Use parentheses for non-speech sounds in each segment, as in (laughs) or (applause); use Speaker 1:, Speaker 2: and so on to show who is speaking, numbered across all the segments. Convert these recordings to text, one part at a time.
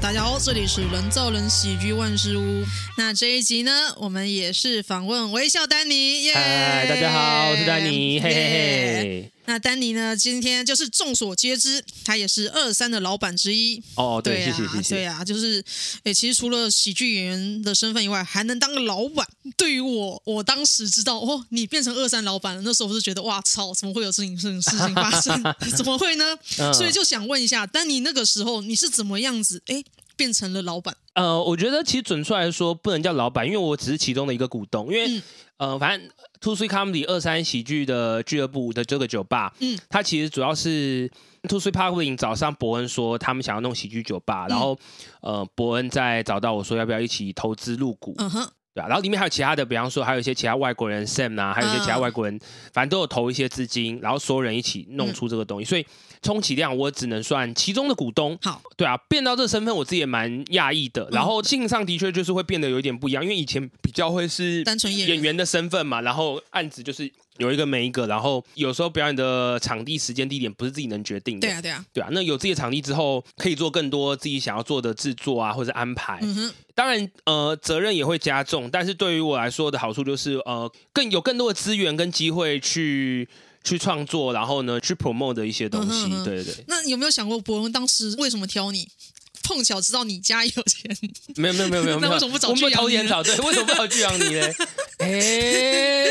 Speaker 1: 大家好，这里是人造人喜剧万事屋。那这一集呢，我们也是访问微笑丹尼。耶
Speaker 2: 嗨，大家好，我是丹尼，嘿嘿。
Speaker 1: 耶
Speaker 2: 嘿。
Speaker 1: 那丹尼呢，今天就是众所皆知，他也是二三的老板之一。
Speaker 2: 哦，对，谢
Speaker 1: 啊，
Speaker 2: 谢，谢
Speaker 1: 对
Speaker 2: 谢。
Speaker 1: 啊，就是，哎、其实除了喜剧演员的身份以外，还能当个老板。对于我，我当时知道哦，你变成二三老板了，那时候我是觉得哇操，怎么会有这种事情事情发
Speaker 2: (laughs)
Speaker 1: 生？怎么会呢？
Speaker 2: 嗯
Speaker 1: 所以就想问一下，丹尼那个时候你是怎么样子？哎、变成了老板？
Speaker 2: 呃，我觉得其实准确来说不能叫老板，因为我只是其中的一个股东。因为
Speaker 1: 嗯
Speaker 2: 呃，反正 Two Three Comedy 二三喜剧的俱乐部的这个酒吧，
Speaker 1: 嗯
Speaker 2: 嗯，它其实主要是 Two Three Public 早上伯恩说他们想要弄喜剧酒吧，然后呃，伯恩再找到我说要不要一起投资入股，
Speaker 1: 嗯哼，
Speaker 2: 对啊，然后里面还有其他的，比方说还有一些其他外国人 Sam 啊，还有一些
Speaker 1: 嗯
Speaker 2: 其他外国人，反正都有投一些资金，然后所有人一起
Speaker 1: 嗯
Speaker 2: 弄出这个东西，所以充其量我只能算其中的股东。
Speaker 1: 好，嗯
Speaker 2: 对啊，变到这身份我自己也蛮讶异的，然后性上的确就是会变得有一点不一样，因为以前比较会是
Speaker 1: 单纯演员
Speaker 2: 演员的身份嘛，然后案子就是有一个没一个，然后有时候表演的场地、时间、地点不是自己能决定的。
Speaker 1: 对啊，对啊，
Speaker 2: 对啊，那有自己的场地之后，可以做更多自己想要做的制作啊，或者安排。
Speaker 1: 嗯哼，
Speaker 2: 当然，呃，责任也会加重，但是对于我来说的好处就是，呃，更有更多的资源跟机会去去创作，然后呢，去 promote 的一些东
Speaker 1: 嗯
Speaker 2: 西。
Speaker 1: 哼嗯哼
Speaker 2: 对对对，
Speaker 1: 那有没有想过伯恩当时为什么挑你？碰巧知道你家有钱， (laughs)
Speaker 2: 没有没有没有没有，
Speaker 1: 那
Speaker 2: 没有
Speaker 1: 为什么不找
Speaker 2: 我们
Speaker 1: 巨阳
Speaker 2: 投
Speaker 1: 呢
Speaker 2: 点草？对，为什么不找巨阳
Speaker 1: (laughs)
Speaker 2: 你呢？哎，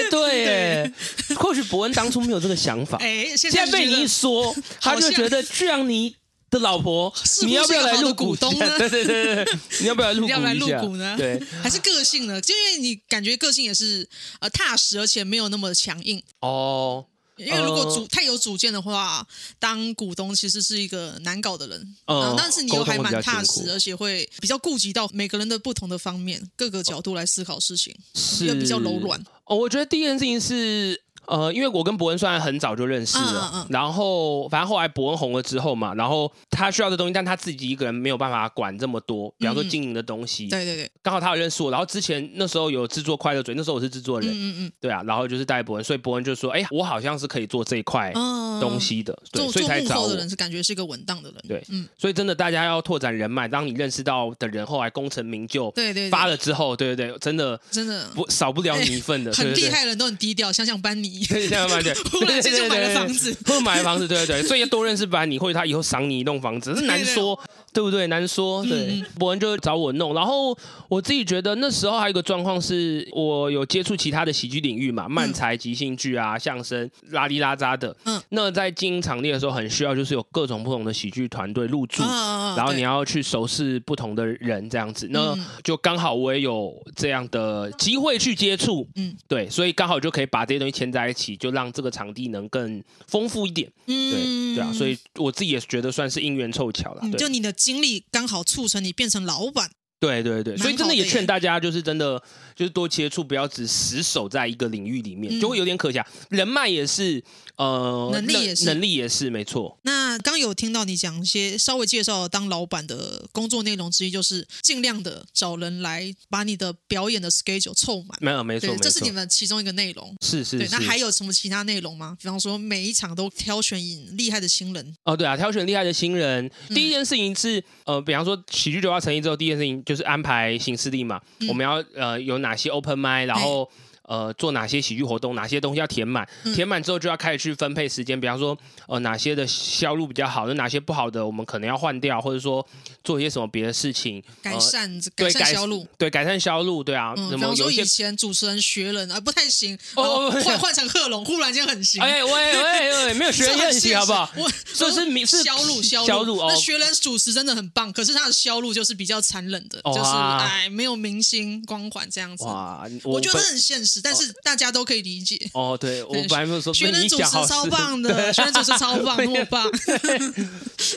Speaker 2: 对耶，或许伯恩当初没有这个想法，
Speaker 1: 哎、现
Speaker 2: 现在被
Speaker 1: 就觉
Speaker 2: 你
Speaker 1: 得
Speaker 2: 一说，他就觉得巨阳你的老婆
Speaker 1: 是，不
Speaker 2: 你要
Speaker 1: 是
Speaker 2: 不要
Speaker 1: 个
Speaker 2: 来
Speaker 1: 好的
Speaker 2: 入股
Speaker 1: 股东
Speaker 2: 一下
Speaker 1: 呢
Speaker 2: 对对对对，对你要不要来入股
Speaker 1: (laughs) 你要不要来
Speaker 2: 一
Speaker 1: 入
Speaker 2: 下
Speaker 1: 股呢
Speaker 2: 对，
Speaker 1: (laughs) 还是个性呢？就因为你感觉个性也是呃踏实，而且没有那么强硬。
Speaker 2: 哦。
Speaker 1: 因为如果
Speaker 2: 呃
Speaker 1: 主、太有主见的话，当股东其实是一个难搞的人。
Speaker 2: 嗯
Speaker 1: 啊但是你又
Speaker 2: 沟通
Speaker 1: 还
Speaker 2: 会比
Speaker 1: 蛮
Speaker 2: 较
Speaker 1: 踏
Speaker 2: 辛
Speaker 1: 实，
Speaker 2: 苦
Speaker 1: 而且会比较顾及到每个人的不同的方面、各个角度来思考事情，
Speaker 2: 是
Speaker 1: 又比较柔软。
Speaker 2: 哦，我觉得第一件事情是，呃，因为我跟伯恩虽然很早就认识了，
Speaker 1: 嗯嗯嗯
Speaker 2: 然后反正后来伯恩红了之后嘛，然后他需要的东西，但他自己一个人没有办法管这么多，比方说
Speaker 1: 嗯嗯
Speaker 2: 经营的东西，
Speaker 1: 对对对，
Speaker 2: 刚好他有认识我，然后之前那时候有制作快乐嘴，那时候我是制作
Speaker 1: 嗯
Speaker 2: 人，
Speaker 1: 嗯
Speaker 2: 对啊，然后就是带伯恩，所以伯恩就说，哎、我好像是可以做这一块
Speaker 1: 嗯，嗯
Speaker 2: 东。西的，对，
Speaker 1: 做
Speaker 2: 所以
Speaker 1: 做
Speaker 2: 才
Speaker 1: 幕
Speaker 2: 找
Speaker 1: 后
Speaker 2: 我
Speaker 1: 的。人是感觉是一个稳当的人。
Speaker 2: 对
Speaker 1: 嗯，
Speaker 2: 所以真的，大家要拓展人脉，当你认识到的人后来功成名就，
Speaker 1: 对对对
Speaker 2: 发了之后，对对对，真的
Speaker 1: 真的
Speaker 2: 不少不了你一份的，对
Speaker 1: 很
Speaker 2: 对
Speaker 1: 厉
Speaker 2: 对。
Speaker 1: 害的人都很低调，像像班尼，
Speaker 2: 对，这样蛮对，
Speaker 1: (laughs) 忽然间就买了房子
Speaker 2: 对，对对对对买了房子，对对对，所以要多认识班尼，或者他以后赏你弄房子，这难说，对不对？难说，对
Speaker 1: 嗯。
Speaker 2: 伯恩就找我弄，然后我自己觉得那时候还有一个状况是，我有接触其他的喜剧领域嘛，漫才、即兴剧啊、相声、拉里拉扎的，
Speaker 1: 嗯
Speaker 2: 嗯，那在经营场地的时候，很需要就是有各种不同的喜剧团队入驻，
Speaker 1: 啊
Speaker 2: 然后你
Speaker 1: 要
Speaker 2: 要去熟识不同的人，这样子，那
Speaker 1: 嗯
Speaker 2: 就刚好我也有这样的机会去接触，
Speaker 1: 嗯
Speaker 2: 嗯，对，所以刚好就可以把这些东西牵在一起，就让这个场地能更丰富一点，对，
Speaker 1: 嗯
Speaker 2: 对啊，所以我自己也觉得算是因缘凑巧了，
Speaker 1: 嗯就
Speaker 2: 对，
Speaker 1: 你的经历刚好促成你变成老板。
Speaker 2: 对对对，
Speaker 1: 蛮
Speaker 2: 所以真的也
Speaker 1: 好的耶
Speaker 2: 劝大家，就是真的就是多接触，不要只死守在一个领域里
Speaker 1: 嗯
Speaker 2: 面，就会有点可惜啊。人脉也是，呃，
Speaker 1: 能力也是
Speaker 2: 能力也是，没错，
Speaker 1: 那刚有听到你讲一些稍微介绍当老板的工作内容之一，就是尽量的找人来把你的表演的 schedule 凑满。
Speaker 2: 没有没错
Speaker 1: 对，
Speaker 2: 没
Speaker 1: 这是你
Speaker 2: 错，
Speaker 1: 们其中一个内容。
Speaker 2: 是是
Speaker 1: 对，
Speaker 2: 是
Speaker 1: 那。还有什么其他内容吗？比方说每一场都挑选厉害的新人，
Speaker 2: 哦，对啊，挑选厉害的新人，第
Speaker 1: 嗯
Speaker 2: 一件事情是，呃，比方说喜剧酒吧成立之后，第一件事情就是安排行事历嘛，
Speaker 1: 嗯哎
Speaker 2: 我们要呃有哪些 open m i 然后。呃，做哪些喜剧活动，哪些东西要填满，
Speaker 1: 嗯
Speaker 2: 填满之后就要开始去分配时间。比方说，呃，哪些的销路比较好，那哪些不好的，我们可能要换掉，或者说做一些什么别的事情，
Speaker 1: 改善、改
Speaker 2: 哦对
Speaker 1: 善
Speaker 2: 改
Speaker 1: 销路。
Speaker 2: 对，改善销路，对啊，
Speaker 1: 嗯，
Speaker 2: 什
Speaker 1: 比
Speaker 2: 么
Speaker 1: 方
Speaker 2: 有
Speaker 1: 说
Speaker 2: 一些
Speaker 1: 以前主持人学人啊不太行，
Speaker 2: 哦
Speaker 1: 然后
Speaker 2: 哦 (laughs)
Speaker 1: 换换成贺龙，忽然间很行。
Speaker 2: 哎、喂喂喂，没有
Speaker 1: (laughs)
Speaker 2: 学
Speaker 1: 这
Speaker 2: 人
Speaker 1: 很
Speaker 2: 也很
Speaker 1: 现
Speaker 2: 行，
Speaker 1: 实
Speaker 2: 好不好？
Speaker 1: 我
Speaker 2: 所以是
Speaker 1: 我
Speaker 2: 米是
Speaker 1: 销路销
Speaker 2: 销路哦
Speaker 1: 那学人主持真的很棒，可是他的销路就是比较残忍的，
Speaker 2: 哦哇
Speaker 1: 就是哎没有明星光环这样子。
Speaker 2: 哇，
Speaker 1: 我觉得
Speaker 2: 本
Speaker 1: 很现实，但是大家都可以理解。
Speaker 2: 哦，对
Speaker 1: (laughs)
Speaker 2: 我
Speaker 1: 对
Speaker 2: 本来没有说，
Speaker 1: 学
Speaker 2: 被
Speaker 1: 人
Speaker 2: 你
Speaker 1: 主
Speaker 2: 讲
Speaker 1: 持
Speaker 2: 好
Speaker 1: 超
Speaker 2: 是 (laughs)
Speaker 1: 棒的，学人主持超棒，那么棒。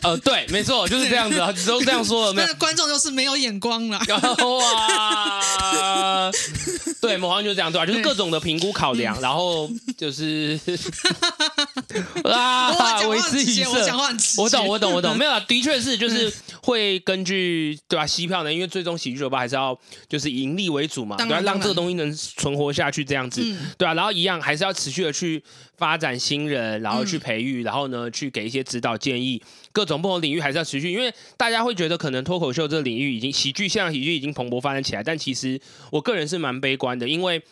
Speaker 2: 呃，对，没错，就是这样子啊，都这样说
Speaker 1: (laughs)
Speaker 2: 了没有
Speaker 1: 那？观众就是没有眼光
Speaker 2: (laughs)
Speaker 1: 啦。
Speaker 2: 哇，
Speaker 1: 嗯 (laughs)
Speaker 2: 对，我好像就这样对吧、就是各种的评估考量，然后就是啊，
Speaker 1: 我
Speaker 2: 为
Speaker 1: 讲话
Speaker 2: 之
Speaker 1: 很直
Speaker 2: 一
Speaker 1: 接，我讲
Speaker 2: 振。
Speaker 1: 话很直接。
Speaker 2: 我懂，我懂，
Speaker 1: (laughs)
Speaker 2: 我懂。没有啊，的确是，
Speaker 1: 嗯
Speaker 2: 就是会根据对吧、吸票呢，因为最终喜剧酒吧还是要就是盈利为主嘛，
Speaker 1: 当
Speaker 2: 对
Speaker 1: 然
Speaker 2: 吧、
Speaker 1: 当
Speaker 2: 让
Speaker 1: 然
Speaker 2: 这个东西能存活下去这样子，
Speaker 1: 嗯
Speaker 2: 对啊，然后一样还是要持续的去发展新人，然后去
Speaker 1: 嗯
Speaker 2: 培育，然后呢去给一些指导建议，各种不同领域还是要持续，因为大家会觉得可能脱口秀这个领域已经喜剧现象喜剧已经蓬勃发展起来，但其实我个人是蛮悲观的，因为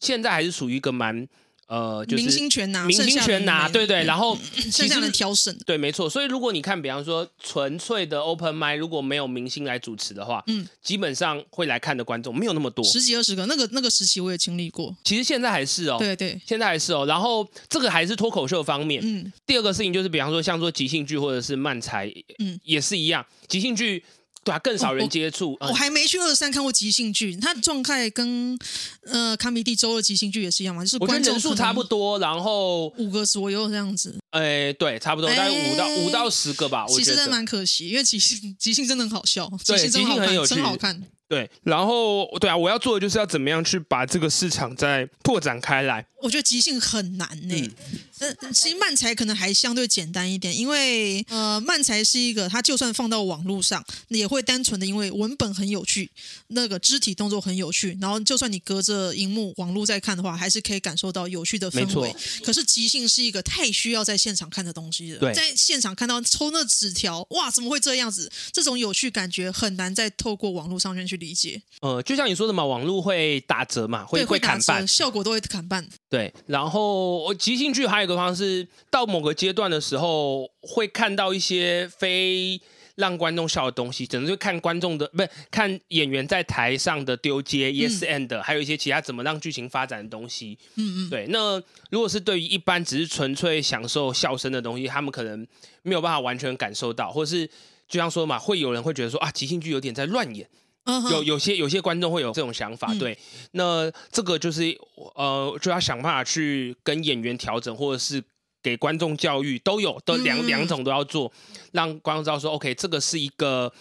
Speaker 2: 现在还是属于一个蛮呃就是
Speaker 1: 明星权啊拿，
Speaker 2: 明星权拿，对对，然
Speaker 1: 后
Speaker 2: 后
Speaker 1: 嗯剩
Speaker 2: 其
Speaker 1: 下的
Speaker 2: 实
Speaker 1: 调整，
Speaker 2: 对，没错。所以如果你看，比方说纯粹的 open m i 如果没有明星来主持的话，
Speaker 1: 嗯
Speaker 2: 基本上会来看的观众没有那么多。
Speaker 1: 十几二十个，那个那个时期我也经历过，
Speaker 2: 其实现在还是哦，
Speaker 1: 对对，
Speaker 2: 现在还是哦。然后这个还是脱口秀方面。
Speaker 1: 嗯，
Speaker 2: 第二个事情就是，比方说像做即兴剧或者是漫才，
Speaker 1: 嗯
Speaker 2: 也是一样，即兴剧对吧、更少人接触。
Speaker 1: 我
Speaker 2: 呃
Speaker 1: 哦还没去二三看过即兴剧，它状态跟呃卡米蒂周的即兴剧也是一样嘛，就是
Speaker 2: 我觉得
Speaker 1: 观众
Speaker 2: 人数差不
Speaker 1: 多
Speaker 2: 多，然后，
Speaker 1: 五个左右这样子，
Speaker 2: 诶，对，差不多，大概五到
Speaker 1: 哎
Speaker 2: 五到十个啊吧。我
Speaker 1: 其实
Speaker 2: 觉
Speaker 1: 真
Speaker 2: 得
Speaker 1: 的蛮可惜，因为即兴 (laughs) 即兴真的很好笑，
Speaker 2: 对
Speaker 1: 兴真
Speaker 2: 即兴
Speaker 1: 好
Speaker 2: 很有
Speaker 1: 看，
Speaker 2: 趣
Speaker 1: 真好看，
Speaker 2: 对。然后，对啊，我要做的就是要怎么样去把这个市场再拓展开来。
Speaker 1: 我觉得即兴很难呢、
Speaker 2: 嗯
Speaker 1: 呃，其实漫才可能还相对简单一点，因为呃，漫才是一个，它就算放到网络上，也会单纯的因为文本很有趣，那个肢体动作很有趣，然后就算你隔着荧幕网络在看的话，还是可以感受到有趣的
Speaker 2: 没
Speaker 1: 氛
Speaker 2: 错
Speaker 1: 围。可是即兴是一个太需要在现场看的东西了，
Speaker 2: 对
Speaker 1: 在现场看到抽那纸条，哇，怎么会这样子？这种有趣感觉很难再透过网络上面去理解，
Speaker 2: 呃，就像你说的嘛，网络会打折嘛，会
Speaker 1: 对，会打
Speaker 2: 砍半
Speaker 1: 折，，效果都会砍半。
Speaker 2: 对。然后我即兴剧还有一个方式，到某个阶段的时候，会看到一些非让观众笑的东西，只能是看观众的，不是看演员在台上的丢
Speaker 1: 嗯
Speaker 2: 接、yes and，还有一些其他怎么让剧情发展的东西。
Speaker 1: 嗯嗯，
Speaker 2: 对，那如果是对于一般只是纯粹享受笑声的东西，他们可能没有办法完全感受到，或是就像说嘛，会有人会觉得说啊，即兴剧有点在乱演。
Speaker 1: 嗯哼
Speaker 2: 有有些有些观众会有这种想法，
Speaker 1: 嗯
Speaker 2: 对，那这个就是呃，就要想办法去跟演员调整，或者是给观众教育都有，都两、
Speaker 1: 嗯
Speaker 2: 两种都要做，让观众知道说，OK，这个是一个。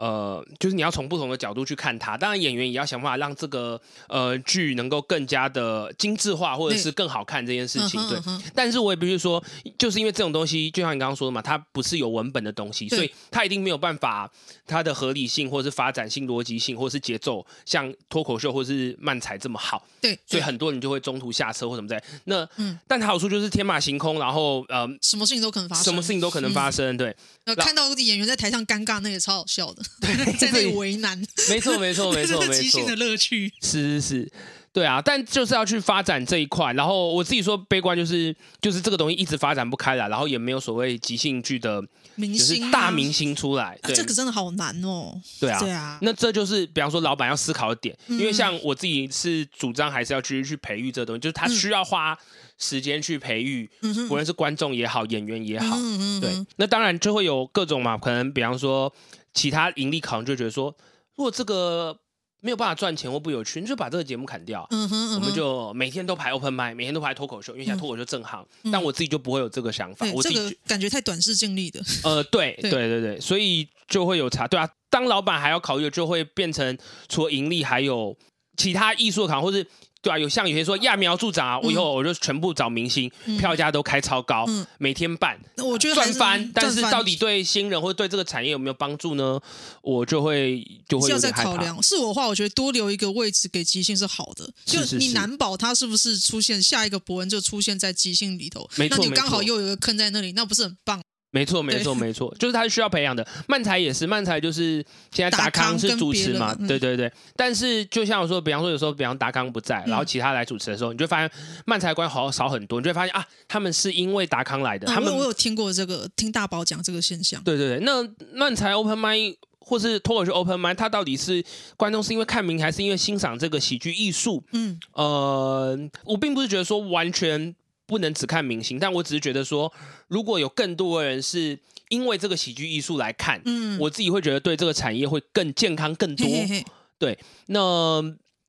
Speaker 2: 呃，就是你要从不同的角度去看它，当然演员也要想办法让这个呃剧能够更加的精致化，或者
Speaker 1: 对
Speaker 2: 是更好看这件事情。
Speaker 1: 嗯哼
Speaker 2: 对
Speaker 1: 嗯，哼
Speaker 2: 但是我也必须说，就是因为这种东西，就像你刚刚说的嘛，它不是有文本的东西，
Speaker 1: 对
Speaker 2: 所以它一定没有办法它的合理性，或是发展性、逻辑性，或是节奏，像脱口秀或是漫才这么好，
Speaker 1: 对，
Speaker 2: 所
Speaker 1: 嗯对
Speaker 2: 以很多人就会中途下车或什么在那。
Speaker 1: 嗯
Speaker 2: 但它好处就是天马行空，然后呃，
Speaker 1: 什么事情都可能发生，
Speaker 2: 什么事情都可能发
Speaker 1: (laughs)
Speaker 2: 生。对，
Speaker 1: 呃，
Speaker 2: 然
Speaker 1: 看到演员在台上尴尬，那也超好笑的， (laughs) 在那里为难，
Speaker 2: 没错，没 (laughs) 错，没
Speaker 1: (laughs)
Speaker 2: 错，
Speaker 1: 这
Speaker 2: 没
Speaker 1: 是即兴
Speaker 2: 错
Speaker 1: 的，乐趣。
Speaker 2: 是是是。对啊，但就是要去发展这一块。然后我自己说悲观就是，就是这个东西一直发展不开了，然后也没有所谓即兴剧的，
Speaker 1: 明
Speaker 2: 就
Speaker 1: 星啊
Speaker 2: 是大明星出来。
Speaker 1: 啊，
Speaker 2: 对
Speaker 1: 这个真的好难哦。
Speaker 2: 对啊，
Speaker 1: 对啊，
Speaker 2: 那这就是比方说老板要思考的点，因为
Speaker 1: 嗯
Speaker 2: 像我自己是主张还是要继续去培育这东西，就是他
Speaker 1: 嗯
Speaker 2: 需要花时间去培育，
Speaker 1: 嗯哼
Speaker 2: 不论是观众也好，演员也好，
Speaker 1: 嗯嗯
Speaker 2: 对
Speaker 1: 嗯，，
Speaker 2: 那当然就会有各种嘛，可能比方说其他盈利考量就觉得说，如果这个没有办法赚钱或不有趣，你就把这个节目砍掉。
Speaker 1: 嗯哼，
Speaker 2: 我
Speaker 1: 嗯
Speaker 2: 们
Speaker 1: 哼
Speaker 2: 就每天都排 open m i 每天都排脱口秀，因为现在脱口秀正行。但我自己就不会有这个想
Speaker 1: 嗯
Speaker 2: 法，
Speaker 1: 对
Speaker 2: 我自
Speaker 1: 这
Speaker 2: 己
Speaker 1: 个感觉太短视近利的， (laughs)
Speaker 2: 呃，对，对，
Speaker 1: 对
Speaker 2: 对，对，所以就会有差，对啊。当老板还要考虑的，就会变成除了盈利，还有其他艺术考，或是对啊，有像有些说揠苗助长啊，我以后我就全部找明星，票价都开超高，
Speaker 1: 嗯
Speaker 2: 每天办
Speaker 1: 那我觉得还
Speaker 2: 赚
Speaker 1: 是嗯
Speaker 2: 翻，但是
Speaker 1: 赚翻
Speaker 2: 到底对新人或对这个产业有没有帮助呢？我就会就会
Speaker 1: 是要
Speaker 2: 有
Speaker 1: 再
Speaker 2: 点害
Speaker 1: 考
Speaker 2: 怕。
Speaker 1: 量。是我的话，我觉得多留一个位置给即兴是好的，就是
Speaker 2: 是
Speaker 1: 你
Speaker 2: 是
Speaker 1: 难保他是不是出现下一个伯恩就出现在即兴里头，
Speaker 2: 没
Speaker 1: 那
Speaker 2: 错
Speaker 1: 你
Speaker 2: 没
Speaker 1: 刚好
Speaker 2: 错
Speaker 1: 又有一个坑在那里，那不是很棒？
Speaker 2: 没错，没
Speaker 1: 对
Speaker 2: 错，没错，就是他是需要培养的。漫才也是，漫才就是现在达
Speaker 1: 达
Speaker 2: 康
Speaker 1: 康
Speaker 2: 是
Speaker 1: 跟
Speaker 2: 主
Speaker 1: 别
Speaker 2: 持
Speaker 1: 人
Speaker 2: 嘛，
Speaker 1: 嗯
Speaker 2: 对对对。但是就像我说，比方说有时候，比方达康不在，
Speaker 1: 嗯
Speaker 2: 然后其他来主持的时候，你就发现漫才观好少很多，你就会发现啊，他们是因为达康来
Speaker 1: 嗯
Speaker 2: 的，他们
Speaker 1: 我我有听过这个，听大宝讲这个现象。
Speaker 2: 对对对。那漫才 open mic 或是脱口秀 open mic，它到底是观众是因为看名还是因为欣赏这个喜剧艺术？
Speaker 1: 嗯，
Speaker 2: 呃，我并不是觉得说完全不能只看明星，但我只是觉得说，如果有更多的人是因为这个喜剧艺术来看，
Speaker 1: 嗯
Speaker 2: 我自己会觉得对这个产业会更健康更
Speaker 1: (laughs)
Speaker 2: 多。
Speaker 1: 嘿嘿嘿，
Speaker 2: 那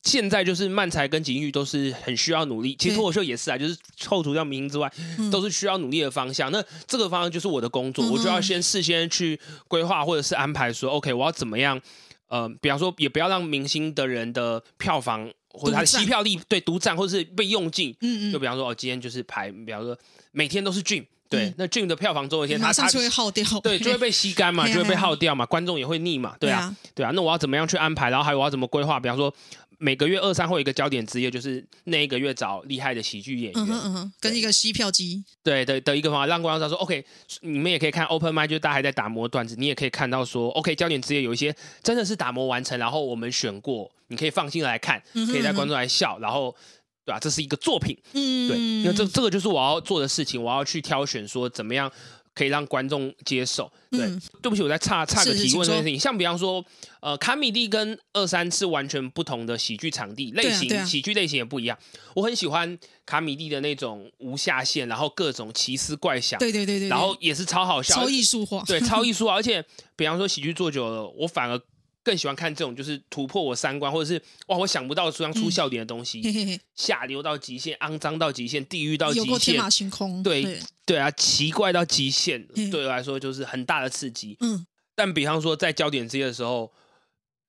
Speaker 2: 现在就是漫才跟景玉都是很需要努力，其实
Speaker 1: 对
Speaker 2: 脱口秀也是啊，就是扣除掉明星之外，
Speaker 1: 嗯
Speaker 2: 都是需要努力的方向。那这个方向就是我的工作，
Speaker 1: 嗯哼
Speaker 2: 我就要先事先去规划或者是安排说，OK，我要怎么样？呃，比方说，也不要让明星的人的票房或者他的
Speaker 1: 独占
Speaker 2: 吸票力对独占，或者是被用尽。
Speaker 1: 嗯嗯
Speaker 2: 就，比方说，哦，今天就是排，比方说每天都是 Dream，对，那剧的票房总有一天它
Speaker 1: 马嗯上
Speaker 2: 它
Speaker 1: 就会耗掉，
Speaker 2: 对，就
Speaker 1: (laughs)
Speaker 2: 会被吸干嘛，
Speaker 1: 嘿啊
Speaker 2: 就会
Speaker 1: 嘿
Speaker 2: 被
Speaker 1: 啊
Speaker 2: 耗掉嘛，观众也会腻嘛，对
Speaker 1: 对
Speaker 2: 啊
Speaker 1: 啊，
Speaker 2: 对啊。那我要怎么样去安排？然后还有我要怎么规划？比方说，每个月二三会有一个焦点职业，就是那一个月找厉害的喜剧演
Speaker 1: 嗯哼
Speaker 2: 员，
Speaker 1: 嗯哼，跟一个吸票机，
Speaker 2: 对的的一个方法，让观众知道说，OK，你们也可以看 open m i d 就是大家还在打磨段子，你也可以看到说，OK，焦点职业有一些真的是打磨完成，然后我们选过，你可以放心来看，
Speaker 1: 嗯哼
Speaker 2: 可以带
Speaker 1: 嗯哼
Speaker 2: 观众来笑，然后。对啊，这是一个作品，
Speaker 1: 嗯，
Speaker 2: 对，因为这这个就是我要做的事情，我要去挑选说怎么样可以让观众接受。对，
Speaker 1: 嗯
Speaker 2: 对不起，我再岔岔个
Speaker 1: 是是
Speaker 2: 提问
Speaker 1: 请
Speaker 2: 这件
Speaker 1: 说
Speaker 2: 事情，像比方说，呃，卡米蒂跟二三是完全不同的喜剧场地类
Speaker 1: 对啊
Speaker 2: 型，
Speaker 1: 对啊
Speaker 2: 喜剧类型也不一样。我很喜欢卡米蒂的那种无下限，然后各种奇思怪想，
Speaker 1: 对对对对，
Speaker 2: 然后也是超好笑，
Speaker 1: 超艺术化，
Speaker 2: 对，超艺术啊！而且，比方说喜剧做久了，我反而更喜欢看这种就是突破我三观，或者是哇，我想不到这样出笑点的东西，
Speaker 1: 嗯嘿嘿嘿，
Speaker 2: 下流到极限，肮脏到极限，地狱到
Speaker 1: 有
Speaker 2: 极
Speaker 1: 过天
Speaker 2: 限
Speaker 1: 马，行空，
Speaker 2: 对
Speaker 1: 对，
Speaker 2: 对啊，奇怪到极限，
Speaker 1: 嗯
Speaker 2: 对我来说就是很大的刺激。
Speaker 1: 嗯，
Speaker 2: 但比方说在焦点之夜的时候，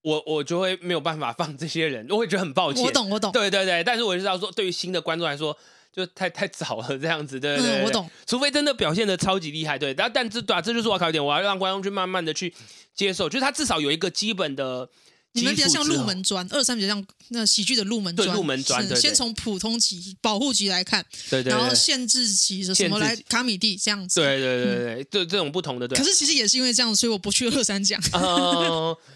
Speaker 2: 我我就会没有办法放这些人，我会觉得很抱歉。
Speaker 1: 我。懂我懂，
Speaker 2: 对对对，但是我就知道说，对于新的观众来说，就太太早了这样子。对对对
Speaker 1: 嗯，我
Speaker 2: 对
Speaker 1: 懂，
Speaker 2: 除非真的表现的超级厉害，对，但但这对、啊，这就是我要考一点，我要让观众去慢慢的去接受，就是他至少有一个基本的基
Speaker 1: 你们比较
Speaker 2: 础
Speaker 1: 像
Speaker 2: 之
Speaker 1: 入
Speaker 2: 后
Speaker 1: 门砖，二三比较像那喜剧的入门
Speaker 2: 对
Speaker 1: 砖，
Speaker 2: 入门砖
Speaker 1: 是
Speaker 2: 对对
Speaker 1: 先从普通级、保护级来看，
Speaker 2: 对对
Speaker 1: 然后
Speaker 2: 对
Speaker 1: 限制级的什么
Speaker 2: 限
Speaker 1: 来
Speaker 2: 制级
Speaker 1: 卡米蒂这样子。
Speaker 2: 对对对对，这这种不同的对
Speaker 1: 嗯可。是其实也是因为这样，所以我不去二三讲，
Speaker 2: 嗯，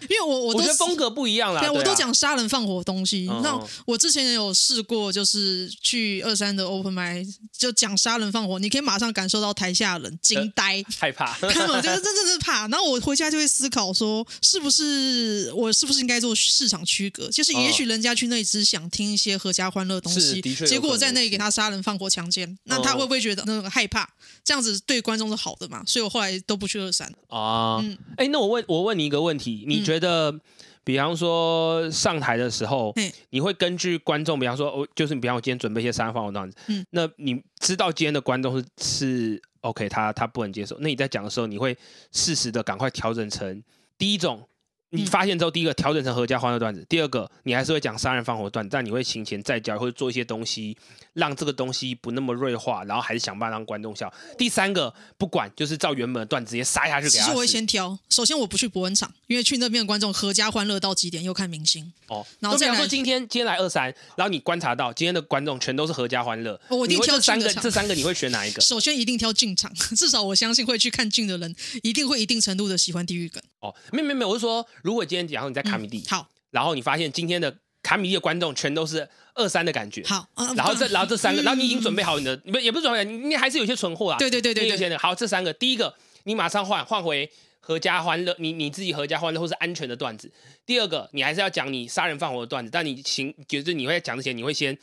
Speaker 1: 因为 (laughs) 我我
Speaker 2: 我
Speaker 1: 都
Speaker 2: 觉得风格不一样啦。
Speaker 1: 对啊，
Speaker 2: 对啊，
Speaker 1: 我都讲杀人放火的东西。
Speaker 2: 嗯
Speaker 1: 那我之前也有试过，就是去二三的 open m i 就讲杀人放火，你可以马上感受到台下人惊呆。
Speaker 2: 害怕。
Speaker 1: (laughs) 他们就是真的是怕，然后我回家就会思考说，是不是我是不是应该做市场区隔？就是也许人家去那里只想听一些合家欢乐的东
Speaker 2: 是
Speaker 1: 西
Speaker 2: 的确有，
Speaker 1: 结果
Speaker 2: 可能
Speaker 1: 我在那里
Speaker 2: 是
Speaker 1: 给他杀人放火强奸，那他
Speaker 2: 哦
Speaker 1: 会不会觉得那个害怕？这样子对观众是好的嘛？所以我后来都不去二三。
Speaker 2: 啊，哎、
Speaker 1: 嗯
Speaker 2: 那我问我问你一个问题，你觉得，比方说上台的时候
Speaker 1: 嘿，
Speaker 2: 你会根据观众，比方说，哦，就是你比方我今天准备一些三方我这样子，
Speaker 1: 嗯
Speaker 2: 那你知道今天的观众是是 OK，他他不能接受，那你在讲的时候，你会适时的赶快调整成第一种。你
Speaker 1: 嗯
Speaker 2: 发现之后，第一个调整成合家欢乐段子，第二个你还是会讲杀人放火段子，但你会行前再教，或者做一些东西，让这个东西不那么锐化，然后还是想办法让观众笑。第三个不管，就是照原本的段子直接杀下去给
Speaker 1: 其
Speaker 2: 他
Speaker 1: 实
Speaker 2: 死。
Speaker 1: 我会先挑，首先我不去伯恩场，因为去那边的观众合家欢乐到极点，又看明星，
Speaker 2: 哦，
Speaker 1: 然后
Speaker 2: 就比
Speaker 1: 再来
Speaker 2: 方说今天今天来二三，然后你观察到今天的观众全都是合家欢乐，
Speaker 1: 哦我一定
Speaker 2: 你会
Speaker 1: 挑
Speaker 2: 这三
Speaker 1: 进
Speaker 2: 个
Speaker 1: 的场
Speaker 2: 这三个你会选哪一个？
Speaker 1: 首先一定挑进场， (laughs) 至少我相信会去看进的人，一定会一定程度的喜欢地狱梗。嗯
Speaker 2: 哦，没有没有没有，我是说，如果今天假如你在卡米蒂，
Speaker 1: 好
Speaker 2: 然后你发现今天的卡米蒂的观众全都是二三的感觉，
Speaker 1: 好，啊
Speaker 2: 然后这然后这三个，
Speaker 1: 嗯
Speaker 2: 然后你已经准备好你的，你不也不是准备好，你你还是有些存货啊啦，
Speaker 1: 对对对
Speaker 2: 你
Speaker 1: 对
Speaker 2: 有
Speaker 1: 对，
Speaker 2: 些的好，这三个，第一个你马上换换回。合家欢乐，你你自己合家欢乐或是安全的段子。第二个，你还是要讲你杀人放火的段子，但你行就是你会讲之前，你会先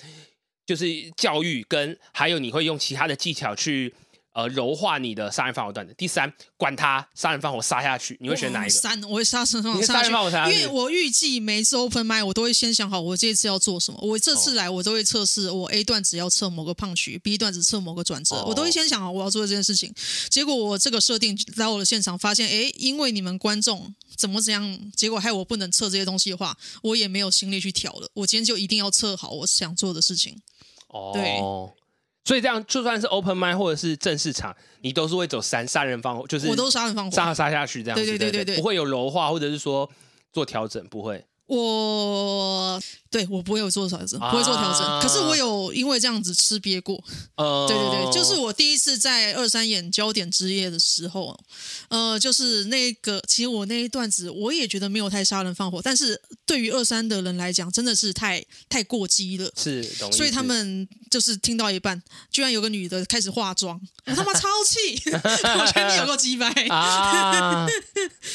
Speaker 2: 就是教育跟还有你会用其他的技巧去呃柔化你的杀人放火段子。第三，管他杀人放火杀下去，你会选哪一
Speaker 1: 我
Speaker 2: 个？
Speaker 1: 三，我会杀神
Speaker 2: 你
Speaker 1: 放
Speaker 2: 会杀
Speaker 1: 杀
Speaker 2: 人放火杀下
Speaker 1: 因
Speaker 2: 去
Speaker 1: 为我预计每一次 open m i 我都会先想好我这一次要做
Speaker 2: 哦
Speaker 1: 什么。我这次来我都会测试，我 A 段只要测某个胖曲，B 段只测某个转折
Speaker 2: 哦，
Speaker 1: 我都会先想好我要做这件事情。结果我这个设定来我的现场发现，诶，因为你们观众怎么怎样，结果害我不能测这些东西的话，我也没有心力去调了。我今天就一定要测好我想做的事情。
Speaker 2: 哦，所以这样就算是 open m i d 或者是正式场，你都是会走三杀人放火，就是
Speaker 1: 我都杀人放火，
Speaker 2: 杀杀下去这样子，
Speaker 1: 对对对
Speaker 2: 对
Speaker 1: 对对
Speaker 2: 不会有柔化或者是说做调整，不会。
Speaker 1: 我对我不会有做调整，
Speaker 2: 啊
Speaker 1: 不会做调整。可是我有因为这样子吃瘪过，
Speaker 2: 呃，
Speaker 1: 对对对，就是我第一次在二三演焦点之夜的时候，呃，就是那个其实我那一段子我也觉得没有太杀人放火，但是对于二三的人来讲，真的是太太过激了。
Speaker 2: 是懂意思，
Speaker 1: 所以他们就是听到一半，居然有个女的开始化妆，我他妈超气！我觉得你有够鸡掰。 (laughs)
Speaker 2: 啊，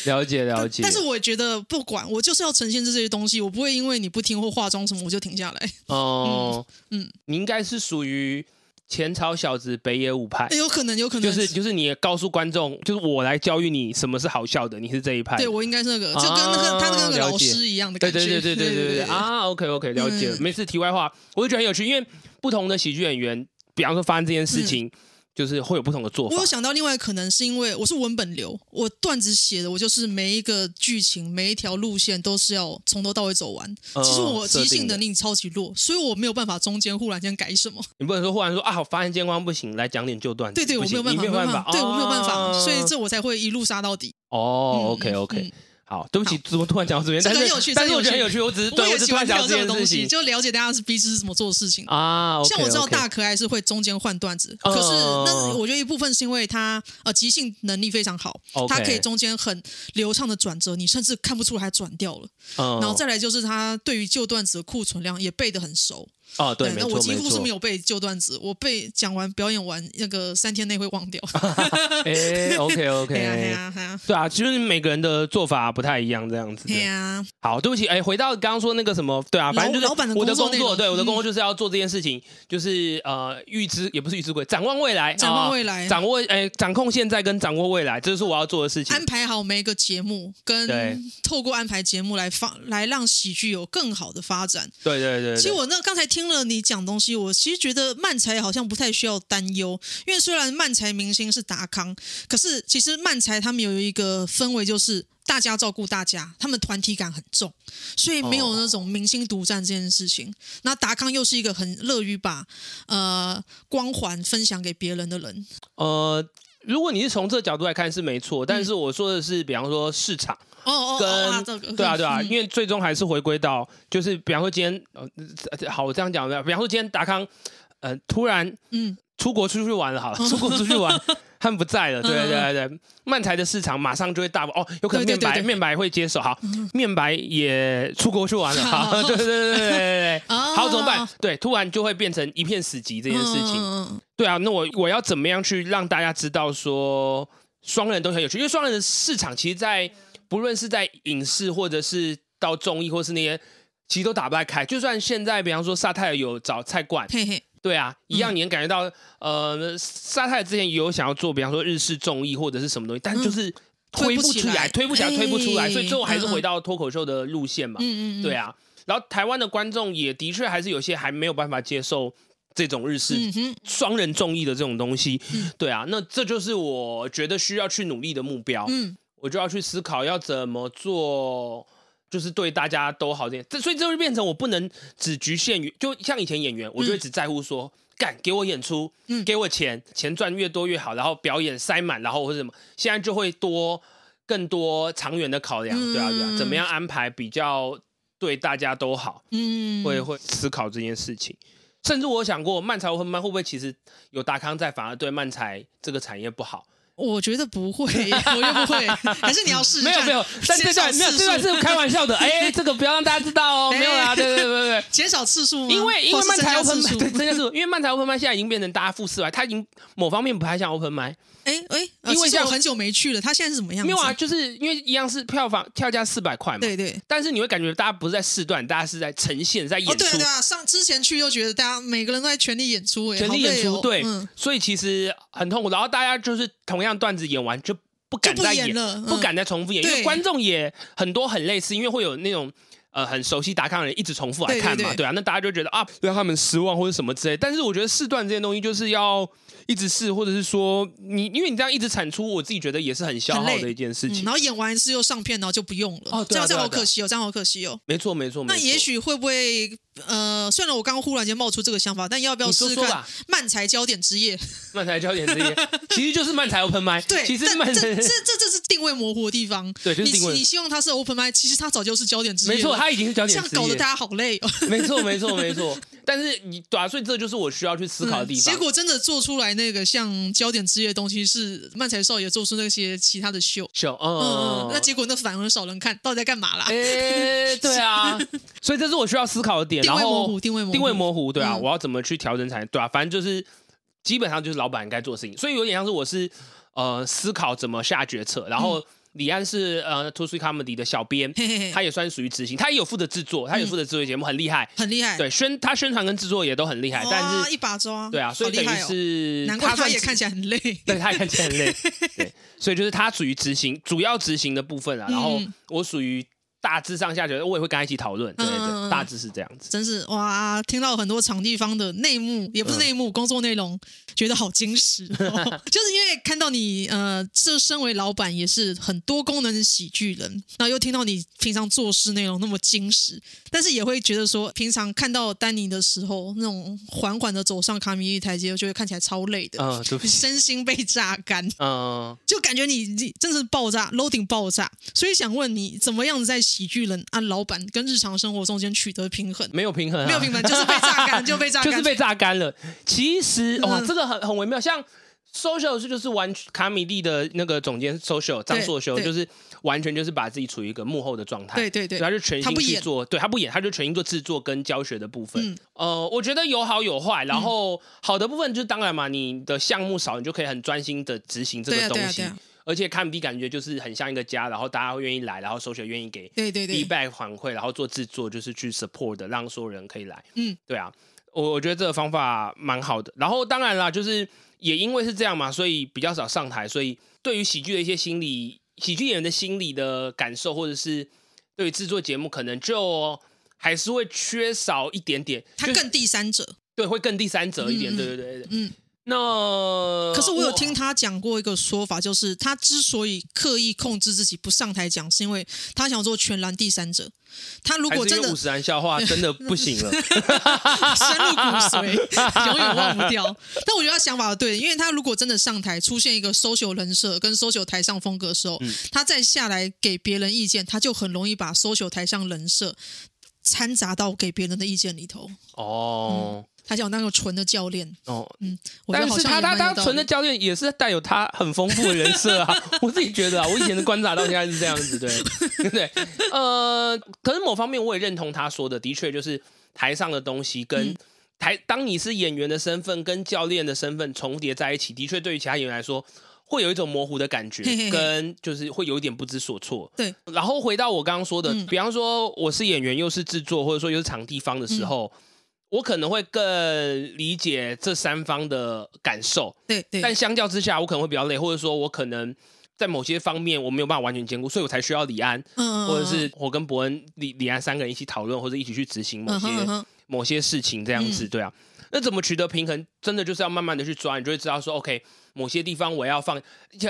Speaker 2: 了解了解，
Speaker 1: 但是我觉得不管，我就是要呈现这些东西，我不会因为你不听或化妆什么我就停下来。
Speaker 2: 哦，
Speaker 1: 嗯嗯
Speaker 2: 你应该是属于前朝小子北野武派
Speaker 1: 欸。有可能，有可能
Speaker 2: 就是就是你也告诉观众，就是我来教育你什么是好笑的，你是这一派。
Speaker 1: 对我应该是那个，就跟那个、
Speaker 2: 啊
Speaker 1: 他那个
Speaker 2: 了
Speaker 1: 老
Speaker 2: 解
Speaker 1: 师一样的
Speaker 2: 对
Speaker 1: 感觉。
Speaker 2: 对对对对对
Speaker 1: (laughs)
Speaker 2: 对啊！OK OK，了解。
Speaker 1: 嗯
Speaker 2: 每次题外话，我就觉得很有趣，因为不同的喜剧演员，比方说发生这件事情，就是会有不同的做
Speaker 1: 嗯
Speaker 2: 法
Speaker 1: 我有。想到另外可能是因为我是文本流，我段子写的，我就是每一个剧情、每一条路线都是要从头到尾走完。
Speaker 2: 嗯
Speaker 1: 其实我
Speaker 2: 设
Speaker 1: 即
Speaker 2: 定
Speaker 1: 兴
Speaker 2: 的
Speaker 1: 能力超级弱，所以我没有办法中间忽然间改什么。
Speaker 2: 你不能说忽然说啊，我发现健康不行，来讲点旧段子。
Speaker 1: 对对，我
Speaker 2: 不
Speaker 1: 没
Speaker 2: 行
Speaker 1: 有办法，
Speaker 2: 你没有办
Speaker 1: 办对我没有办法，
Speaker 2: 啊
Speaker 1: 所以这我才会一路杀到底。
Speaker 2: 哦
Speaker 1: 嗯
Speaker 2: ，OK
Speaker 1: 嗯
Speaker 2: OK，
Speaker 1: 嗯
Speaker 2: 好，对不起，怎么突然讲到这边？
Speaker 1: 这
Speaker 2: 但
Speaker 1: 个
Speaker 2: 是
Speaker 1: 很有趣
Speaker 2: 但是
Speaker 1: 这个
Speaker 2: 我觉得
Speaker 1: 很
Speaker 2: 很有
Speaker 1: 有
Speaker 2: 趣，我只是对我
Speaker 1: 也
Speaker 2: 只是
Speaker 1: 喜
Speaker 2: 突然
Speaker 1: 欢
Speaker 2: 想
Speaker 1: 跳
Speaker 2: 到
Speaker 1: 这
Speaker 2: 这
Speaker 1: 种
Speaker 2: 件
Speaker 1: 东
Speaker 2: 事
Speaker 1: 西，
Speaker 2: 情
Speaker 1: 就了解大家是彼此是怎么做事情的。
Speaker 2: 啊。
Speaker 1: 像我知道
Speaker 2: OK，OK
Speaker 1: 大可爱是会中间换段子，
Speaker 2: 嗯
Speaker 1: 可是那我觉得一部分是因为他呃即兴能力非常好
Speaker 2: OK
Speaker 1: 他可以中间很流畅的转折，你甚至看不出来他转掉了。
Speaker 2: 嗯
Speaker 1: 然后再来就是他对于旧段子的库存量也背得很熟，哎
Speaker 2: 哦，对，没
Speaker 1: 那
Speaker 2: 错，
Speaker 1: 我几乎是没
Speaker 2: 有。
Speaker 1: 有背旧段子，我背讲完表演完那个三天内会忘
Speaker 2: (laughs)
Speaker 1: 掉。
Speaker 2: 哎，OK
Speaker 1: (laughs) 嘿呀嘿
Speaker 2: OK，
Speaker 1: 呀嘿呀
Speaker 2: 对啊，就是每个人的做法不太一样，这样子。
Speaker 1: 嘿哎呀，
Speaker 2: 好，对不起，哎，回到刚刚说那个什么，对啊，
Speaker 1: 老
Speaker 2: 反正就是
Speaker 1: 老板的
Speaker 2: 我的
Speaker 1: 工作
Speaker 2: 工
Speaker 1: 内
Speaker 2: 作，
Speaker 1: 容
Speaker 2: 对我的
Speaker 1: 嗯
Speaker 2: 工作就是要做这件事情，就是呃，预知也不是预知鬼，展望未来，
Speaker 1: 展望
Speaker 2: 啊
Speaker 1: 未来
Speaker 2: 掌握哎，掌控现在跟掌握未来，这是我要做的事情。
Speaker 1: 安排好每一个节目，
Speaker 2: 对
Speaker 1: 跟透过安排节目来发来让喜剧有更好的发展。
Speaker 2: 对对对，对
Speaker 1: 其实我那刚才听了你讲东西，我其实觉得漫才好像不太需要担忧，因为虽然漫才明星是达康，可是其实漫才他们有一个氛围就是。大家照顾大家，他们团体感很重，所以没有那种明星独占这件事情。那达康又是一个很乐于把呃光环分享给别人的人，
Speaker 2: 呃，如果你是从这角度来看是没错，
Speaker 1: 嗯
Speaker 2: 但是我说的是，比方说市场
Speaker 1: 哦哦，
Speaker 2: 跟、
Speaker 1: 哦啊这个
Speaker 2: 对啊对啊，
Speaker 1: 嗯
Speaker 2: 因为最终还是回归到，就是比方说今天，呃呃，好，我这样讲，比方说今天达康，呃，突然
Speaker 1: 嗯，
Speaker 2: 出国出去玩了，好了，出国出去
Speaker 1: (laughs)
Speaker 2: 玩。他们不在了，对
Speaker 1: 嗯
Speaker 2: 对对对，漫才的市场马上就会大爆哦，有可能
Speaker 1: 对对
Speaker 2: 面
Speaker 1: 对
Speaker 2: 白
Speaker 1: 对嗯
Speaker 2: 面白会接手，好，面白也出国去玩了，好，
Speaker 1: (laughs) 好
Speaker 2: 对对对对对对，对
Speaker 1: 哦
Speaker 2: 好怎么办？对，突然就会变成一片死寂这件事情，
Speaker 1: 嗯
Speaker 2: 对啊，那我我要怎么样去让大家知道说双人都很有趣？因为双人的市场其实在，不论是在影视或者是到综艺，或是那些。其实都打不太开，就算现在，比方说沙泰尔有找菜馆，
Speaker 1: 嘿嘿，
Speaker 2: 对啊，
Speaker 1: 嗯
Speaker 2: 一样你能感觉到，呃，沙泰尔之前也有想要做，比方说日式综艺或者是什么东西，但就是
Speaker 1: 嗯
Speaker 2: 推
Speaker 1: 推不
Speaker 2: 不
Speaker 1: 起
Speaker 2: 出来，
Speaker 1: 来
Speaker 2: 推不起来，推不出来，
Speaker 1: 哎
Speaker 2: 所以最后还是
Speaker 1: 嗯嗯
Speaker 2: 回到脱口秀的路线嘛。
Speaker 1: 嗯嗯嗯，
Speaker 2: 对啊，然后台湾的观众也的确还是有些还没有办法接受这种日式
Speaker 1: 嗯哼，
Speaker 2: 双人综艺的这种东西，
Speaker 1: 嗯
Speaker 2: 对啊，那这就是我觉得需要去努力的目标，
Speaker 1: 嗯
Speaker 2: 我就要去思考要怎么做，就是对大家都好点。这所以这就变成我不能只局限于，就像以前演员，我就会只在乎说。干给我演出，
Speaker 1: 嗯
Speaker 2: 给我钱，钱赚越多越好，然后表演塞满，然后或者什么，现在就会多更多长远的考量，对啊，对啊，怎么样安排比较对大家都好？
Speaker 1: 嗯，
Speaker 2: 会会思考这件事情。甚至我想过，漫才会慢会不会其实有达康在，反而对漫才这个产业不好？
Speaker 1: 我觉得不会，我又不
Speaker 2: (laughs)
Speaker 1: 会，还是你要试试
Speaker 2: 没有
Speaker 1: 看
Speaker 2: 没有，但这段没有这段是开玩笑
Speaker 1: (laughs)
Speaker 2: 的，哎，这个不要让大家知道哦，没有啦，对对对对。
Speaker 1: 减少次数吗？
Speaker 2: 因为因
Speaker 1: 或
Speaker 2: 为
Speaker 1: 是
Speaker 2: 漫
Speaker 1: 增
Speaker 2: 才
Speaker 1: 加
Speaker 2: open
Speaker 1: 次
Speaker 2: m
Speaker 1: 数
Speaker 2: (laughs) 对，增加次数，因为漫才 open m 现在已经变成大家复试了，他已经某方面不太像 open m
Speaker 1: 哎哎，呃
Speaker 2: 因为
Speaker 1: 其实
Speaker 2: 像
Speaker 1: 我很久没去了，他现在是怎么样
Speaker 2: 没
Speaker 1: 子？
Speaker 2: 有啊，就是因为一样是票房票价四百块嘛，
Speaker 1: 对对。
Speaker 2: 但是你会感觉大家不是在试段，大家是在呈现，在
Speaker 1: 哦，
Speaker 2: 演
Speaker 1: 对啊
Speaker 2: 出
Speaker 1: 对，啊，上之前去又觉得大家每个人都在全力演出，哎，
Speaker 2: 全力
Speaker 1: 好
Speaker 2: 演
Speaker 1: 累
Speaker 2: 出，
Speaker 1: 哦
Speaker 2: 对
Speaker 1: 嗯，
Speaker 2: 所以其实很痛苦。然后大家就是同样段子演完就不敢
Speaker 1: 就不
Speaker 2: 再
Speaker 1: 演
Speaker 2: 演
Speaker 1: 了嗯
Speaker 2: 不敢再重复演，因为
Speaker 1: 对
Speaker 2: 观众也很多很类似，因为会有那种。呃，很熟悉达康的人一直重复来看嘛，
Speaker 1: 对对对
Speaker 2: 啊，那大家就觉得啊，让他们失望或者什么之类。但是我觉得试段这些东西就是要一直试，或者是说你，因为你这样一直产出，我自己觉得也是很消
Speaker 1: 很
Speaker 2: 耗
Speaker 1: 累
Speaker 2: 的一件事
Speaker 1: 嗯
Speaker 2: 情。
Speaker 1: 然后演完一次又上片，然后就不用了。
Speaker 2: 哦
Speaker 1: 这
Speaker 2: 对啊对啊
Speaker 1: 样这样好
Speaker 2: 对啊
Speaker 1: 可惜哦，这样好可惜哦。
Speaker 2: 没错，没错，没
Speaker 1: 那
Speaker 2: 错
Speaker 1: 也许会不会呃，虽然我刚忽然间冒出这个想法，但要不要
Speaker 2: 你
Speaker 1: 试
Speaker 2: 说
Speaker 1: 试
Speaker 2: 说
Speaker 1: 看
Speaker 2: 吧
Speaker 1: 漫才焦点之夜？ (laughs)
Speaker 2: 漫才焦点这些，其实就是漫才 open m i
Speaker 1: 对，
Speaker 2: 其实
Speaker 1: 但这
Speaker 2: 漫才
Speaker 1: 这这这是定位模糊的地方。
Speaker 2: (laughs) 对就
Speaker 1: 你
Speaker 2: 是定位
Speaker 1: 你希望它是 open mic，其实它早就是焦点之夜了。
Speaker 2: 没错，他已经是焦
Speaker 1: 这
Speaker 2: 点
Speaker 1: 样
Speaker 2: 之
Speaker 1: 搞得
Speaker 2: 夜
Speaker 1: 大家好累哦。
Speaker 2: 没错，没错，没错。但是你对啊，所以这就是我需要去思考的地方。
Speaker 1: (laughs) 嗯结果真的做出来那个像焦点之夜的东西，是漫才少爷做出那些其他的秀。
Speaker 2: 小
Speaker 1: 嗯，
Speaker 2: 嗯，
Speaker 1: 那结果那反而少人看，到底在干嘛啦？
Speaker 2: 哎，对啊，所以这是我需要思考的点。
Speaker 1: 定
Speaker 2: 然
Speaker 1: 位模
Speaker 2: 后
Speaker 1: 糊，定位模糊，
Speaker 2: 定位模糊，对啊，
Speaker 1: 嗯
Speaker 2: 我要怎么去调整才对啊？反正就是基本上就是老板该做的事情，所以有点像是我是呃思考怎么下决策，然后李安是呃 To Three Comedy 的小编，
Speaker 1: 嗯嘿嗯嘿嘿
Speaker 2: 他也算属于执行，他也有负责制作，他也负责制作节目，很厉害。
Speaker 1: 很厉害。
Speaker 2: 对宣他宣传跟制作也都很厉害，
Speaker 1: 哇，
Speaker 2: 但是
Speaker 1: 一把抓，
Speaker 2: 对啊，所以
Speaker 1: 好
Speaker 2: 等
Speaker 1: 厉
Speaker 2: 于
Speaker 1: 害哦。
Speaker 2: 是
Speaker 1: 难怪他
Speaker 2: 算
Speaker 1: 也
Speaker 2: 是
Speaker 1: 看起来很累。
Speaker 2: (laughs) 对他也看起来很
Speaker 1: (laughs)
Speaker 2: 累，对，所以就是他属于执行主要执行的部分啊，然后
Speaker 1: 嗯
Speaker 2: 我属于大致上下觉得我也会跟他一起讨论，对对
Speaker 1: 嗯嗯嗯
Speaker 2: 大致是这样子。
Speaker 1: 真是哇！听到很多场地方的内幕，也不是内幕，工作内容，觉得好惊喜、哦。就是因为看到你呃，这身为老板也是很多功能的喜剧人，然后又听到你平常做事内容那么惊喜，但是也会觉得说，平常看到丹尼的时候，那种缓缓的走上卡米利台阶，就会看起来超累的，
Speaker 2: 嗯，对不起，
Speaker 1: 身心被榨干。
Speaker 2: 嗯，
Speaker 1: 就感觉你你真的是爆炸，loading 爆炸，所以想问你怎么样在喜剧人啊老板跟日常生活中间取得平衡？
Speaker 2: 没有平衡、啊，
Speaker 1: 没有平衡，就是被榨干，就被榨干，
Speaker 2: 就是被榨干了。其实哇，
Speaker 1: 嗯
Speaker 2: 这个很很微妙，像 social 是就是完全卡米利的那个总监 social 张硕修，
Speaker 1: 对
Speaker 2: 就是完全就是把自己处于一个幕后的状态，
Speaker 1: 对对对
Speaker 2: 所以他就全
Speaker 1: 他
Speaker 2: 心
Speaker 1: 不
Speaker 2: 去
Speaker 1: 演
Speaker 2: 做，对他不演，他就全心做制作跟教学的部分。
Speaker 1: 嗯
Speaker 2: 呃，我觉得有好有坏，然后好的部分就是当然嘛，你的项目少，你就可以很专心的执行这
Speaker 1: 对
Speaker 2: 个
Speaker 1: 啊
Speaker 2: 东
Speaker 1: 对啊
Speaker 2: 西。
Speaker 1: 对啊，
Speaker 2: 而且卡米蒂感觉就是很像一个家，然后大家会愿意来，然后 social 愿意给
Speaker 1: 对对对
Speaker 2: feedback 反馈，然后做制作，就是去 support 的，让所有人可以来。
Speaker 1: 嗯
Speaker 2: 嗯，对啊，我我觉得这个方法蛮好的。然后当然啦，就是也因为是这样嘛，所以比较少上台，所以对于喜剧的一些心理，喜剧演员的心理的感受，或者是对于制作节目，可能就还是会缺少一点点，
Speaker 1: 他
Speaker 2: 就是
Speaker 1: 更第三者。
Speaker 2: 对会更第三者一点，
Speaker 1: 嗯嗯
Speaker 2: 对对对对。
Speaker 1: 嗯，
Speaker 2: 那
Speaker 1: 可是我有听他讲过一个说法，就是他之所以刻意控制自己不上台讲，是因为他想做全然第三者。他如
Speaker 2: 还
Speaker 1: 果
Speaker 2: 是
Speaker 1: 真
Speaker 2: 因为
Speaker 1: (laughs) 的
Speaker 2: 五十岚笑话真的不行
Speaker 1: (laughs)
Speaker 2: 了，
Speaker 1: 深入骨
Speaker 2: (laughs)
Speaker 1: 髓，永远忘不掉。但我觉得他想法对，因为他如果真的上台出现一个 social 人设跟 social 台上风格的时候，
Speaker 2: 嗯
Speaker 1: 他再下来给别人意见，他就很容易把 social 台上人设掺杂到给别人的意见里头。
Speaker 2: 哦
Speaker 1: 他讲那个纯的教练，
Speaker 2: 哦，
Speaker 1: 我觉得
Speaker 2: 但
Speaker 1: 好
Speaker 2: 是
Speaker 1: 像
Speaker 2: 他
Speaker 1: 也
Speaker 2: 他
Speaker 1: 蛮有
Speaker 2: 他
Speaker 1: 道
Speaker 2: 存
Speaker 1: 理
Speaker 2: 的教练也是带有他很丰富的人设
Speaker 1: (laughs)
Speaker 2: 啊，我自己觉得啊，我以前的观察到现在是这样
Speaker 1: (laughs)
Speaker 2: 子，对对，呃，可是某方面我也认同他说的，的确就是台上的东西跟、
Speaker 1: 嗯
Speaker 2: 台，当你是演员的身份跟教练的身份重叠在一起，的确对于其他演员来说。会有一种模糊的感觉，
Speaker 1: 嘿嘿嘿
Speaker 2: 跟就是会有一点不知所措。
Speaker 1: 对，
Speaker 2: 然后回到我刚刚说的，
Speaker 1: 嗯
Speaker 2: 比方说我是演员又是制作，或者说又是场地方的时候，
Speaker 1: 嗯
Speaker 2: 我可能会更理解这三方的感受，
Speaker 1: 对对，
Speaker 2: 但相较之下，我可能会比较累，或者说我可能在某些方面我没有办法完全兼顾，所以我才需要李安，
Speaker 1: 嗯，
Speaker 2: 或者是我跟伯恩、李李安三个人一起讨论，或者一起去执行某
Speaker 1: 嗯
Speaker 2: 些、
Speaker 1: 哼嗯哼，
Speaker 2: 某些事情，这样子，
Speaker 1: 嗯
Speaker 2: 对啊。那怎么取得平衡？真的就是要慢慢的去抓，你就会知道说，OK，某些地方我要放，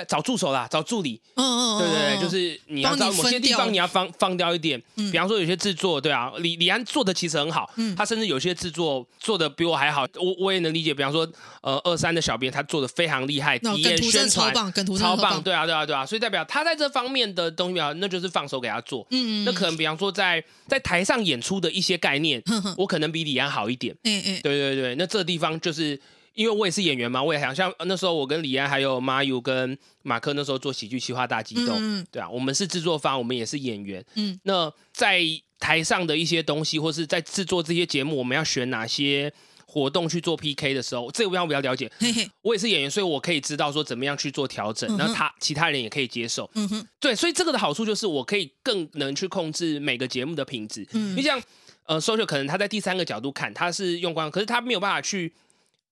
Speaker 2: 找助手啦，找助理，
Speaker 1: 嗯嗯，嗯
Speaker 2: 对对对，
Speaker 1: 嗯
Speaker 2: 就。
Speaker 1: 嗯
Speaker 2: 是你要
Speaker 1: 帮
Speaker 2: 知道
Speaker 1: 你
Speaker 2: 某
Speaker 1: 分
Speaker 2: 些地
Speaker 1: 掉
Speaker 2: 方你要放放掉一点，
Speaker 1: 嗯
Speaker 2: 比方说有些制作，对啊，李李安做的其实很好，
Speaker 1: 嗯
Speaker 2: 他甚至有些制作做的比我还好，我我也能理解。比方说，呃，二三的小编他做的非常厉害，
Speaker 1: 那
Speaker 2: 体
Speaker 1: 梗
Speaker 2: 验
Speaker 1: 哦图真
Speaker 2: 宣
Speaker 1: 的超
Speaker 2: 传
Speaker 1: 棒，梗图真的
Speaker 2: 超
Speaker 1: 超
Speaker 2: 棒，，对啊，对啊，对啊，所以代表他在这方面的东西表，那就是放手给他做。
Speaker 1: 嗯，嗯
Speaker 2: 那可，能比方说在在台上演出的一些概念，
Speaker 1: 哼哼，
Speaker 2: 我可能比李安好一点。
Speaker 1: 哎哎，
Speaker 2: 对对对，那这地方就是因为我也是演员嘛，我也想像呃那时候我跟李安还有马友跟马克那时候做喜剧企划大激动，
Speaker 1: 嗯嗯
Speaker 2: 对啊，我们是制作方，我们也是演员，
Speaker 1: 嗯，
Speaker 2: 那在台上的一些东西，或是在制作这些节目，我们要选哪些活动去做 PK 的时候，这个我比较了解。
Speaker 1: 嘿嘿，
Speaker 2: 我也是演员，所以我可以知道说怎么样去做调整，
Speaker 1: 嗯哼
Speaker 2: 那他其他人也可以接受。
Speaker 1: 嗯哼，
Speaker 2: 对，所以这个的好处就是我可以更能去控制每个节目的品质。
Speaker 1: 嗯
Speaker 2: 你像呃，social 可能他在第三个角度看，他是用光，可是他没有办法去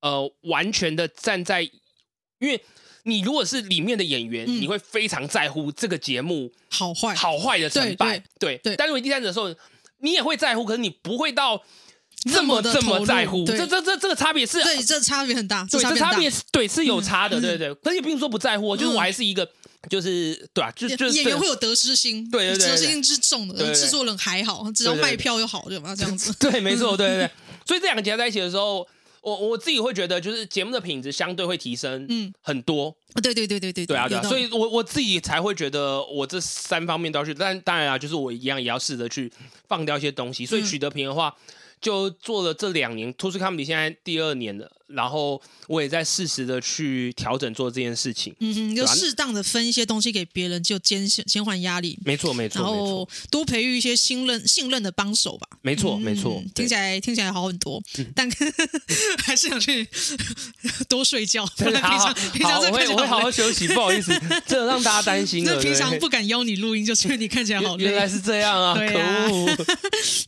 Speaker 2: 呃完全的站在，因为你如果是里面的演员，
Speaker 1: 嗯
Speaker 2: 你会非常在乎这个节目
Speaker 1: 好坏，
Speaker 2: 好坏的成败，对
Speaker 1: 对
Speaker 2: 但如果你第三者的时候，你也会在乎，可是你不会到这
Speaker 1: 那么
Speaker 2: 么
Speaker 1: 的
Speaker 2: 这
Speaker 1: 投
Speaker 2: 么
Speaker 1: 入
Speaker 2: 在乎，
Speaker 1: 对
Speaker 2: 这这这这个差别是
Speaker 1: 对，这差别很大，
Speaker 2: 啊对，
Speaker 1: 差
Speaker 2: 这
Speaker 1: 别很
Speaker 2: 差
Speaker 1: 大
Speaker 2: 别是对是有差的，
Speaker 1: 嗯
Speaker 2: 对对对。可是也不是说不在乎哦，就是我还是一个，就是对啊，就就
Speaker 1: 演演员会有得失心，
Speaker 2: 对对对对
Speaker 1: 得失心之重的，
Speaker 2: 对对对
Speaker 1: 制作人还好，只要
Speaker 2: 对对对
Speaker 1: 卖票就好，对吧？这样子，
Speaker 2: (laughs) 对，没错，对对对。所以这两个结合在一起的时候，我我自己会觉得，就是节目的品质相对会提升，
Speaker 1: 嗯
Speaker 2: 嗯，很多。
Speaker 1: 对对对对对，
Speaker 2: 对啊，对啊。
Speaker 1: 有道
Speaker 2: 所
Speaker 1: 理
Speaker 2: 以我我自己才会觉得，我这三方面都要去，但当然啊，就是我一样也要试着去放掉一些东西。所以
Speaker 1: 嗯
Speaker 2: 取得平衡的话，就做了这两年，突出 comedy 现在第二年了，然后我也在适时的去调整做这件事情。
Speaker 1: 嗯哼，就
Speaker 2: 对啊
Speaker 1: 适当的分一些东西给别人，就减减缓压力，
Speaker 2: 没错，没错，
Speaker 1: 然
Speaker 2: 没错，
Speaker 1: 后多培育一些信任信任的帮手吧。
Speaker 2: 没错，没错
Speaker 1: 嗯。
Speaker 2: 对嗯
Speaker 1: 听起来听起来好很多，但 (laughs) 还是想去 (laughs) 多睡觉。不然平
Speaker 2: 好
Speaker 1: 常平常
Speaker 2: 好，
Speaker 1: 这
Speaker 2: 我
Speaker 1: 看
Speaker 2: 会
Speaker 1: 起
Speaker 2: 我
Speaker 1: 来
Speaker 2: 会好
Speaker 1: 累
Speaker 2: 好休息，不好意思，这让大家
Speaker 1: (laughs)
Speaker 2: 担心
Speaker 1: 那
Speaker 2: 了。
Speaker 1: 平常
Speaker 2: 对
Speaker 1: 不敢邀你录音，就觉得你看起来好
Speaker 2: 原原来
Speaker 1: 累。
Speaker 2: 是这样啊，
Speaker 1: (laughs) 对
Speaker 2: 可
Speaker 1: 啊
Speaker 2: 恶。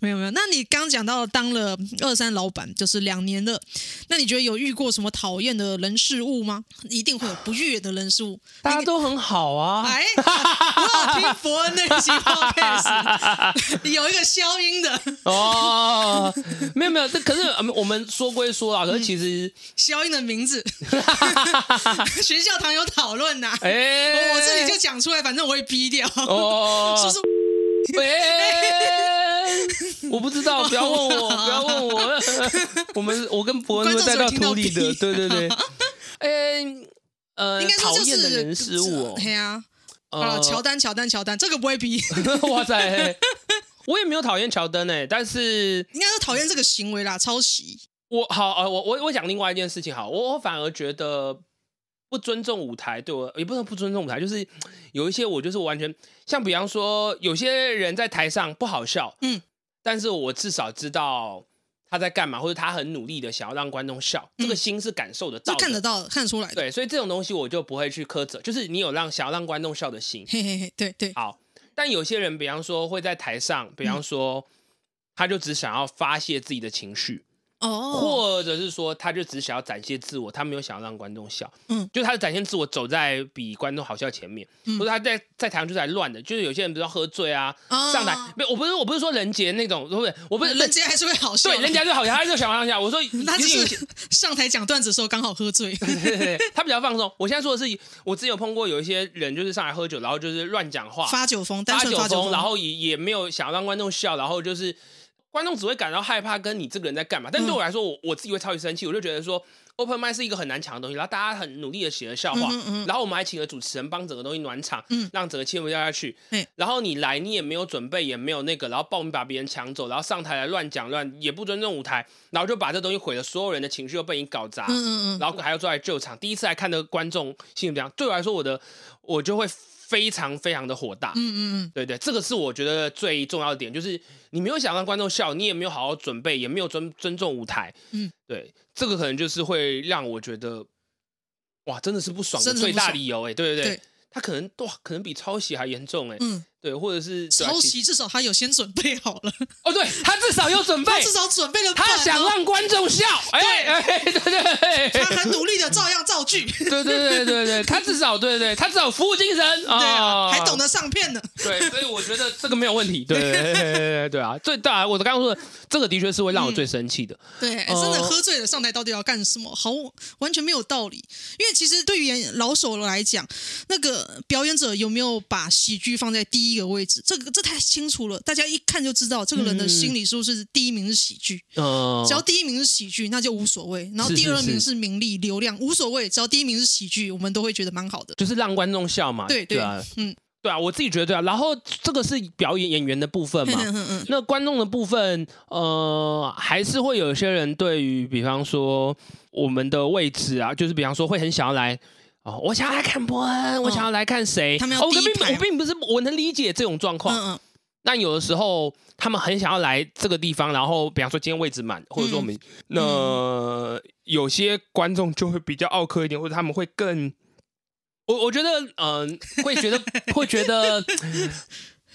Speaker 1: 没有没有，那你刚讲到当了二三老板就是两年了，那你觉得有遇过什么讨厌的人事物吗？一定会有不悦的人事物。
Speaker 2: (sighs) 大家都很好啊。
Speaker 1: 哎，我有听伯恩那期 podcast，有一 (laughs) 个消音的
Speaker 2: (laughs) 哦，没有没有，这可是嗯我们说归说
Speaker 1: 嗯
Speaker 2: 啊，可是其实，
Speaker 1: 消音的名字， (laughs) 学校堂有讨论啊呐。
Speaker 2: 哎、
Speaker 1: 哦我这里就讲出来，反正我会逼掉。
Speaker 2: 哦，
Speaker 1: 说
Speaker 2: (laughs)
Speaker 1: 是
Speaker 2: 哎我不知道，不要
Speaker 1: (laughs)
Speaker 2: 问我，不要问我。 (laughs) 我们我跟伯恩会带到土里的，
Speaker 1: 观众只
Speaker 2: 对
Speaker 1: 有
Speaker 2: 对
Speaker 1: 听到 (laughs)
Speaker 2: 对。哎、
Speaker 1: (laughs)
Speaker 2: 呃，
Speaker 1: 应该说
Speaker 2: 讨
Speaker 1: 就
Speaker 2: 厌的
Speaker 1: 是
Speaker 2: 人事物、
Speaker 1: 对呀，
Speaker 2: 哦。
Speaker 1: 好了，
Speaker 2: 呃
Speaker 1: 啊乔丹，乔丹，乔丹，这个不会逼，
Speaker 2: (laughs) 哇塞、嘿我也没有讨厌乔丹诶、欸但是
Speaker 1: (laughs) 应该是讨厌这个行为啦，抄袭。
Speaker 2: 我好呃，我我我讲另外一件事情好，我我反而觉得不尊重舞台对我，也不能不尊重舞台，就是有一些我就是完全像，比方说有些人在台上不好笑，
Speaker 1: 嗯，
Speaker 2: 但是我至少知道他在干嘛，或者他很努力的想要让观众笑，这个心是感受得到
Speaker 1: 这
Speaker 2: 的，
Speaker 1: 嗯看得到的，看得出来的。
Speaker 2: 对，所以这种东西我就不会去苛责，就是你有让想要让观众笑的心，
Speaker 1: 嘿嘿嘿，对对，
Speaker 2: 好，但有些人，比方说会在台上，比
Speaker 1: 嗯
Speaker 2: 方说、他就只想要发泄自己的情绪，
Speaker 1: 哦，
Speaker 2: 或者是说他就只想要展现自我，他没有想要让观众笑，
Speaker 1: 嗯，
Speaker 2: 就他的展现自我走在比观众好笑前面，
Speaker 1: 嗯
Speaker 2: 不是他在在台上就在乱的，就是有些人不知道喝醉啊，
Speaker 1: 啊
Speaker 2: 上台没有，我不是我不是说人杰那种，不是我不是
Speaker 1: 人。家还是会好笑的，
Speaker 2: 对，
Speaker 1: (laughs)
Speaker 2: 人家就好笑，他就想让笑。我说，
Speaker 1: 他就
Speaker 2: 有
Speaker 1: 是 (laughs) 上台讲段子的时候刚好喝醉，
Speaker 2: (laughs) 对对对他比较放松。我现在说的是，我之前有碰过有一些人，就是上来喝酒，然后就是乱讲话，
Speaker 1: 发酒疯，单
Speaker 2: 发
Speaker 1: 纯
Speaker 2: 酒
Speaker 1: 发酒
Speaker 2: 疯，
Speaker 1: 疯，
Speaker 2: 然后也也没有想要让观众笑，然后就是观众只会感到害怕，跟你这个人在干嘛。但
Speaker 1: 嗯
Speaker 2: 对我来说，我我自己会超级生气，我就觉得说 open mic 是一个很难抢的东西，然后大家很努力的写了笑话，
Speaker 1: 嗯哼嗯哼
Speaker 2: 然后我们还请了主持人帮整个东西暖场，
Speaker 1: 嗯
Speaker 2: 让整个气氛掉下去。
Speaker 1: 嗯
Speaker 2: 然后你来，你也没有准备，也没有那个，然后报名把别人抢走，然后上台来乱讲乱，也不尊重舞台，然后就把这东西毁了，所有人的情绪又被你搞砸。
Speaker 1: 嗯嗯嗯，
Speaker 2: 然后还要坐来救场，第一次来看的观众心里怎样？对我来说，我的我就会非常非常的火大。
Speaker 1: 嗯嗯
Speaker 2: 对对，这个是我觉得最重要的点，就是你没有想让观众笑，你也没有好好准备，也没有尊尊重舞台。
Speaker 1: 嗯，
Speaker 2: 对，这个可能就是会让我觉得，哇，真的是不爽的
Speaker 1: 真的是
Speaker 2: 最
Speaker 1: 不
Speaker 2: 大
Speaker 1: 爽
Speaker 2: 理由哎、对对对，
Speaker 1: 对
Speaker 2: 他可能哇，可能比抄袭还严重哎、
Speaker 1: 嗯嗯，
Speaker 2: 对，或者是对啊
Speaker 1: 抄
Speaker 2: 其
Speaker 1: 袭至少他有先准备好了，
Speaker 2: 哦，对他至少有准备，
Speaker 1: 他至少准备了本哦，
Speaker 2: 哎他想哎让观众笑，哎哎，对对对
Speaker 1: 他很努力的照样造句，对
Speaker 2: 对对对对对，他至少对对，他至少有服务精神
Speaker 1: (laughs) 啊，
Speaker 2: (laughs) 哦
Speaker 1: 还懂得上片呢，
Speaker 2: 对，所以我觉得这个没有问题。对对对对对对啊，最大我刚刚说的这个的确是会让我最生气的。
Speaker 1: 对，哎
Speaker 2: 哦
Speaker 1: 真的喝醉了上台到底要干什么？毫无完全没有道理。因为其实对于演老手来讲，那个表演者有没有把喜剧放在第一个位置，这个这太清楚了，大家一看就知道这个人的心理是不是第一名是喜剧。
Speaker 2: 嗯，
Speaker 1: 只要第一名是喜剧，那就无所谓；然后
Speaker 2: 是是
Speaker 1: 第二名
Speaker 2: 是
Speaker 1: 是名利、流量，无所谓。只要第一名是喜剧，我们都会觉得蛮好的。
Speaker 2: 就是让观众笑嘛。
Speaker 1: 对
Speaker 2: 对
Speaker 1: 对
Speaker 2: 啊，
Speaker 1: 嗯，
Speaker 2: 对啊，我自己觉得对啊。然后这个是表演演员的部分
Speaker 1: 嗯
Speaker 2: 嘛。
Speaker 1: 嗯嗯
Speaker 2: 那观众的部分，呃，还是会有一些人对于，比方说我们的位置啊，就是比方说会很想要来。哦，我想要来看伯恩，我想哦要来看谁？
Speaker 1: 他们要
Speaker 2: 哦我
Speaker 1: 第一
Speaker 2: 并
Speaker 1: 排
Speaker 2: 我并不是，我能理解这种状况。
Speaker 1: 嗯嗯，
Speaker 2: 但有的时候他们很想要来这个地方，然后比方说今天位置满，或者说我们、
Speaker 1: 嗯
Speaker 2: 那、有些观众就会比较傲客一点，或者他们会
Speaker 1: (laughs)
Speaker 2: 更，我我觉得嗯、会觉得会觉
Speaker 1: (laughs)
Speaker 2: 得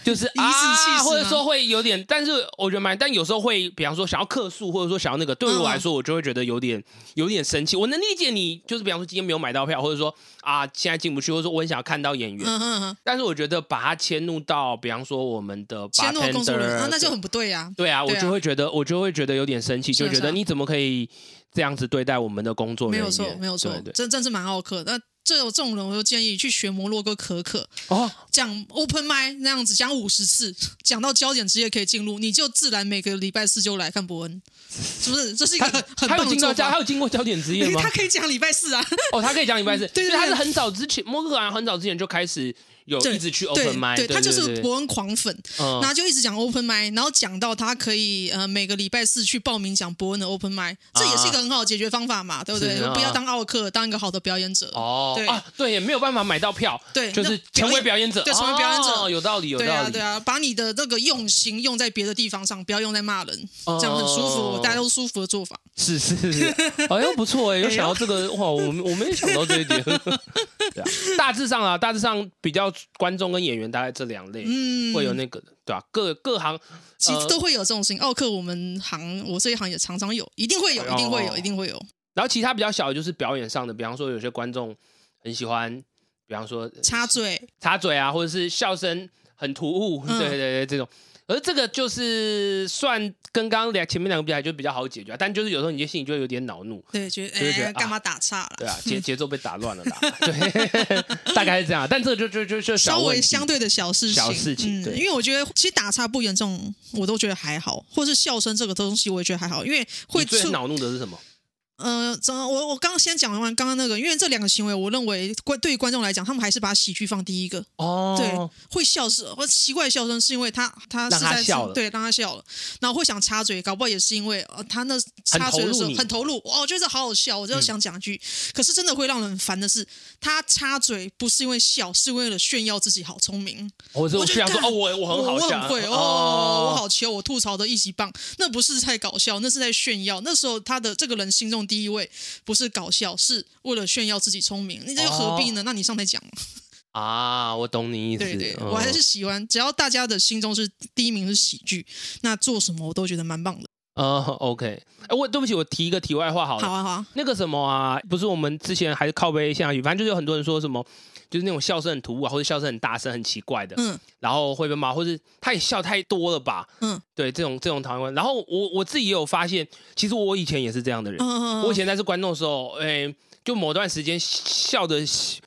Speaker 2: 就是
Speaker 1: 颐指气
Speaker 2: 啊，
Speaker 1: 使吗
Speaker 2: 或者说会有点，但是我觉得蛮，但有时候会比方说想要客诉，或者说想要那个，对于我
Speaker 1: 嗯
Speaker 2: 来说，我就会觉得有点有点生气。我能理解你，就是比方说今天没有买到票，或者说啊现在进不去，或者说我很想要看到演员，
Speaker 1: 嗯嗯嗯，
Speaker 2: 但是我觉得把它迁怒到，比方说我们的
Speaker 1: 迁怒的工作
Speaker 2: bartender，
Speaker 1: 人员啊，那就很不对呀、啊。
Speaker 2: 对啊，我
Speaker 1: 对啊
Speaker 2: 就会觉得，我就会觉得有点生气，
Speaker 1: 是
Speaker 2: 就
Speaker 1: 啊
Speaker 2: 觉
Speaker 1: 是
Speaker 2: 得
Speaker 1: 啊
Speaker 2: 你怎么可以这样子对待我们的工作人
Speaker 1: 没
Speaker 2: 员？
Speaker 1: 有错，没有错
Speaker 2: 对，对
Speaker 1: 真真是蛮好客。那这种这种人，我就建议去学摩洛哥可可，
Speaker 2: 哦，
Speaker 1: (laughs) 讲 open mic 那样子讲五十次，讲到焦点职业可以进入，你就自然每个礼拜四就来看伯恩，是不是？这是一个很很
Speaker 2: 他有
Speaker 1: 棒的
Speaker 2: 经到
Speaker 1: 做
Speaker 2: 焦，他
Speaker 1: 法。
Speaker 2: 有经过焦点之夜
Speaker 1: (laughs)
Speaker 2: 吗
Speaker 1: 他？可以讲礼拜四啊，
Speaker 2: 哦，他可以讲礼拜四，
Speaker 1: 对对
Speaker 2: 所以他
Speaker 1: 对
Speaker 2: 是很早之前，摩克好像很早之前就开始有
Speaker 1: 对
Speaker 2: 一直去
Speaker 1: 对
Speaker 2: open m i
Speaker 1: 对，他就是
Speaker 2: 对
Speaker 1: 伯恩狂粉，
Speaker 2: 嗯
Speaker 1: 然后就一直讲 open mic，然后讲到他可以呃每个礼拜四去报名讲伯恩的 open mic，这也是一个很好的解决方法嘛，对不对
Speaker 2: 是啊？
Speaker 1: 不要当奥客，当一个好的表演者。
Speaker 2: 哦
Speaker 1: 对
Speaker 2: 啊，对，也没有办法买到票，
Speaker 1: 对
Speaker 2: 就是成为表演者，
Speaker 1: 对成为表演者
Speaker 2: 哦有道理，有
Speaker 1: 对
Speaker 2: 道
Speaker 1: 啊，
Speaker 2: 理
Speaker 1: 对，啊，把你的那个用心用在别的地方上，不要用在骂人，
Speaker 2: 哦
Speaker 1: 这样很舒服，大家都舒服的做法。
Speaker 2: 是是是，哎呦不错哎，有想到这个哇，我们我没有想到这一点， (laughs) 对啊，大致上啊，大致上比较观众跟演员大概这两类，
Speaker 1: 嗯，
Speaker 2: 会有那个的，对吧、啊各各行
Speaker 1: 其实
Speaker 2: 呃
Speaker 1: 都会有这种事情。奥克，我们行，我这一行也常常有，一定会有，
Speaker 2: 哎呦
Speaker 1: 一定会有，一定会有。
Speaker 2: 然后其他比较小的就是表演上的，比方说有些观众很喜欢，比方说
Speaker 1: 插嘴，
Speaker 2: 插嘴啊，或者是笑声很突兀， (laughs)
Speaker 1: 嗯
Speaker 2: 对对对，这种。而这个就是算跟刚刚两前面两个比起来就比较好解决啊，但就是有时候你的心里就会有点恼怒，
Speaker 1: 对，觉得
Speaker 2: 就会觉得
Speaker 1: 哎，干
Speaker 2: 啊
Speaker 1: 嘛打岔了？
Speaker 2: 对 (laughs) 啊，节节奏被打乱了啦， (laughs) 对，大概是这样啊。但这个就就就就小
Speaker 1: 稍
Speaker 2: 问
Speaker 1: 微
Speaker 2: 题
Speaker 1: 相对的小事情，
Speaker 2: 小事情对
Speaker 1: 嗯，因为我觉得其实打岔不严重，我都觉得还好，或是笑声这个东西我也觉得还好，因为会
Speaker 2: 你最
Speaker 1: 触，
Speaker 2: 恼怒的是什么？
Speaker 1: 呃，怎么我我刚刚先讲完刚刚那个，因为这两个行为，我认为观对于观众来讲，他们还是把喜剧放第一个，
Speaker 2: 哦，
Speaker 1: 对，会笑是或奇怪的笑声，是因为他他
Speaker 2: 让
Speaker 1: 是
Speaker 2: 他
Speaker 1: 在
Speaker 2: 笑了
Speaker 1: 对让他笑了，然后会想插嘴，搞不好也是因为呃他那插嘴的时
Speaker 2: 投入
Speaker 1: 候
Speaker 2: 你嗯
Speaker 1: 很投入，哇，我觉得这好好笑，我就想讲一句。可是真的会让人烦的是，他插嘴不是因为笑，是为了炫耀自己好聪明，
Speaker 2: 我就
Speaker 1: 我就
Speaker 2: 想说
Speaker 1: 干
Speaker 2: 哦，我我很
Speaker 1: 我
Speaker 2: 好
Speaker 1: 我
Speaker 2: 笑啊，
Speaker 1: 很会哦，我好球，我吐槽的一级棒，那不是在搞笑，那是在炫耀。那时候他的这个人心中第一位不是搞笑，是为了炫耀自己聪明，那这又何必
Speaker 2: 哦
Speaker 1: 呢？那你上台讲嘛。
Speaker 2: 啊，我懂你意思。
Speaker 1: 对对，
Speaker 2: 嗯
Speaker 1: 我还是喜欢，只要大家的心中是第一名是喜剧，那做什么我都觉得蛮棒的。
Speaker 2: 哦，OK。哎，我对不起，我提一个题外话好了。
Speaker 1: 好啊好啊，
Speaker 2: 那个什么啊，不是我们之前还是靠背下雨，反正就是有很多人说什么，就是那种笑声很突兀啊，或者笑声很大声、很奇怪的，
Speaker 1: 嗯
Speaker 2: 然后会被骂，或是他也笑太多了吧？
Speaker 1: 嗯
Speaker 2: 对，这种这种讨厌观。然后我我自己也有发现，其实我以前也是这样的人。
Speaker 1: 嗯嗯，
Speaker 2: 我以前在是观众的时候，哎、就某段时间笑的，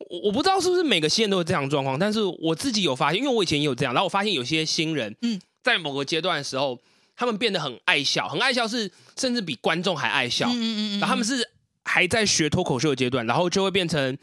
Speaker 2: 我我不知道是不是每个新人都有这样的状况，但是我自己有发现，因为我以前也有这样，然后我发现有些新人，嗯
Speaker 1: 嗯，
Speaker 2: 在某个阶段的时候，他们变得很爱笑，很爱笑是甚至比观众还爱笑，
Speaker 1: 嗯嗯嗯嗯，
Speaker 2: 然后他们是还在学脱口秀的阶段，然后就会变成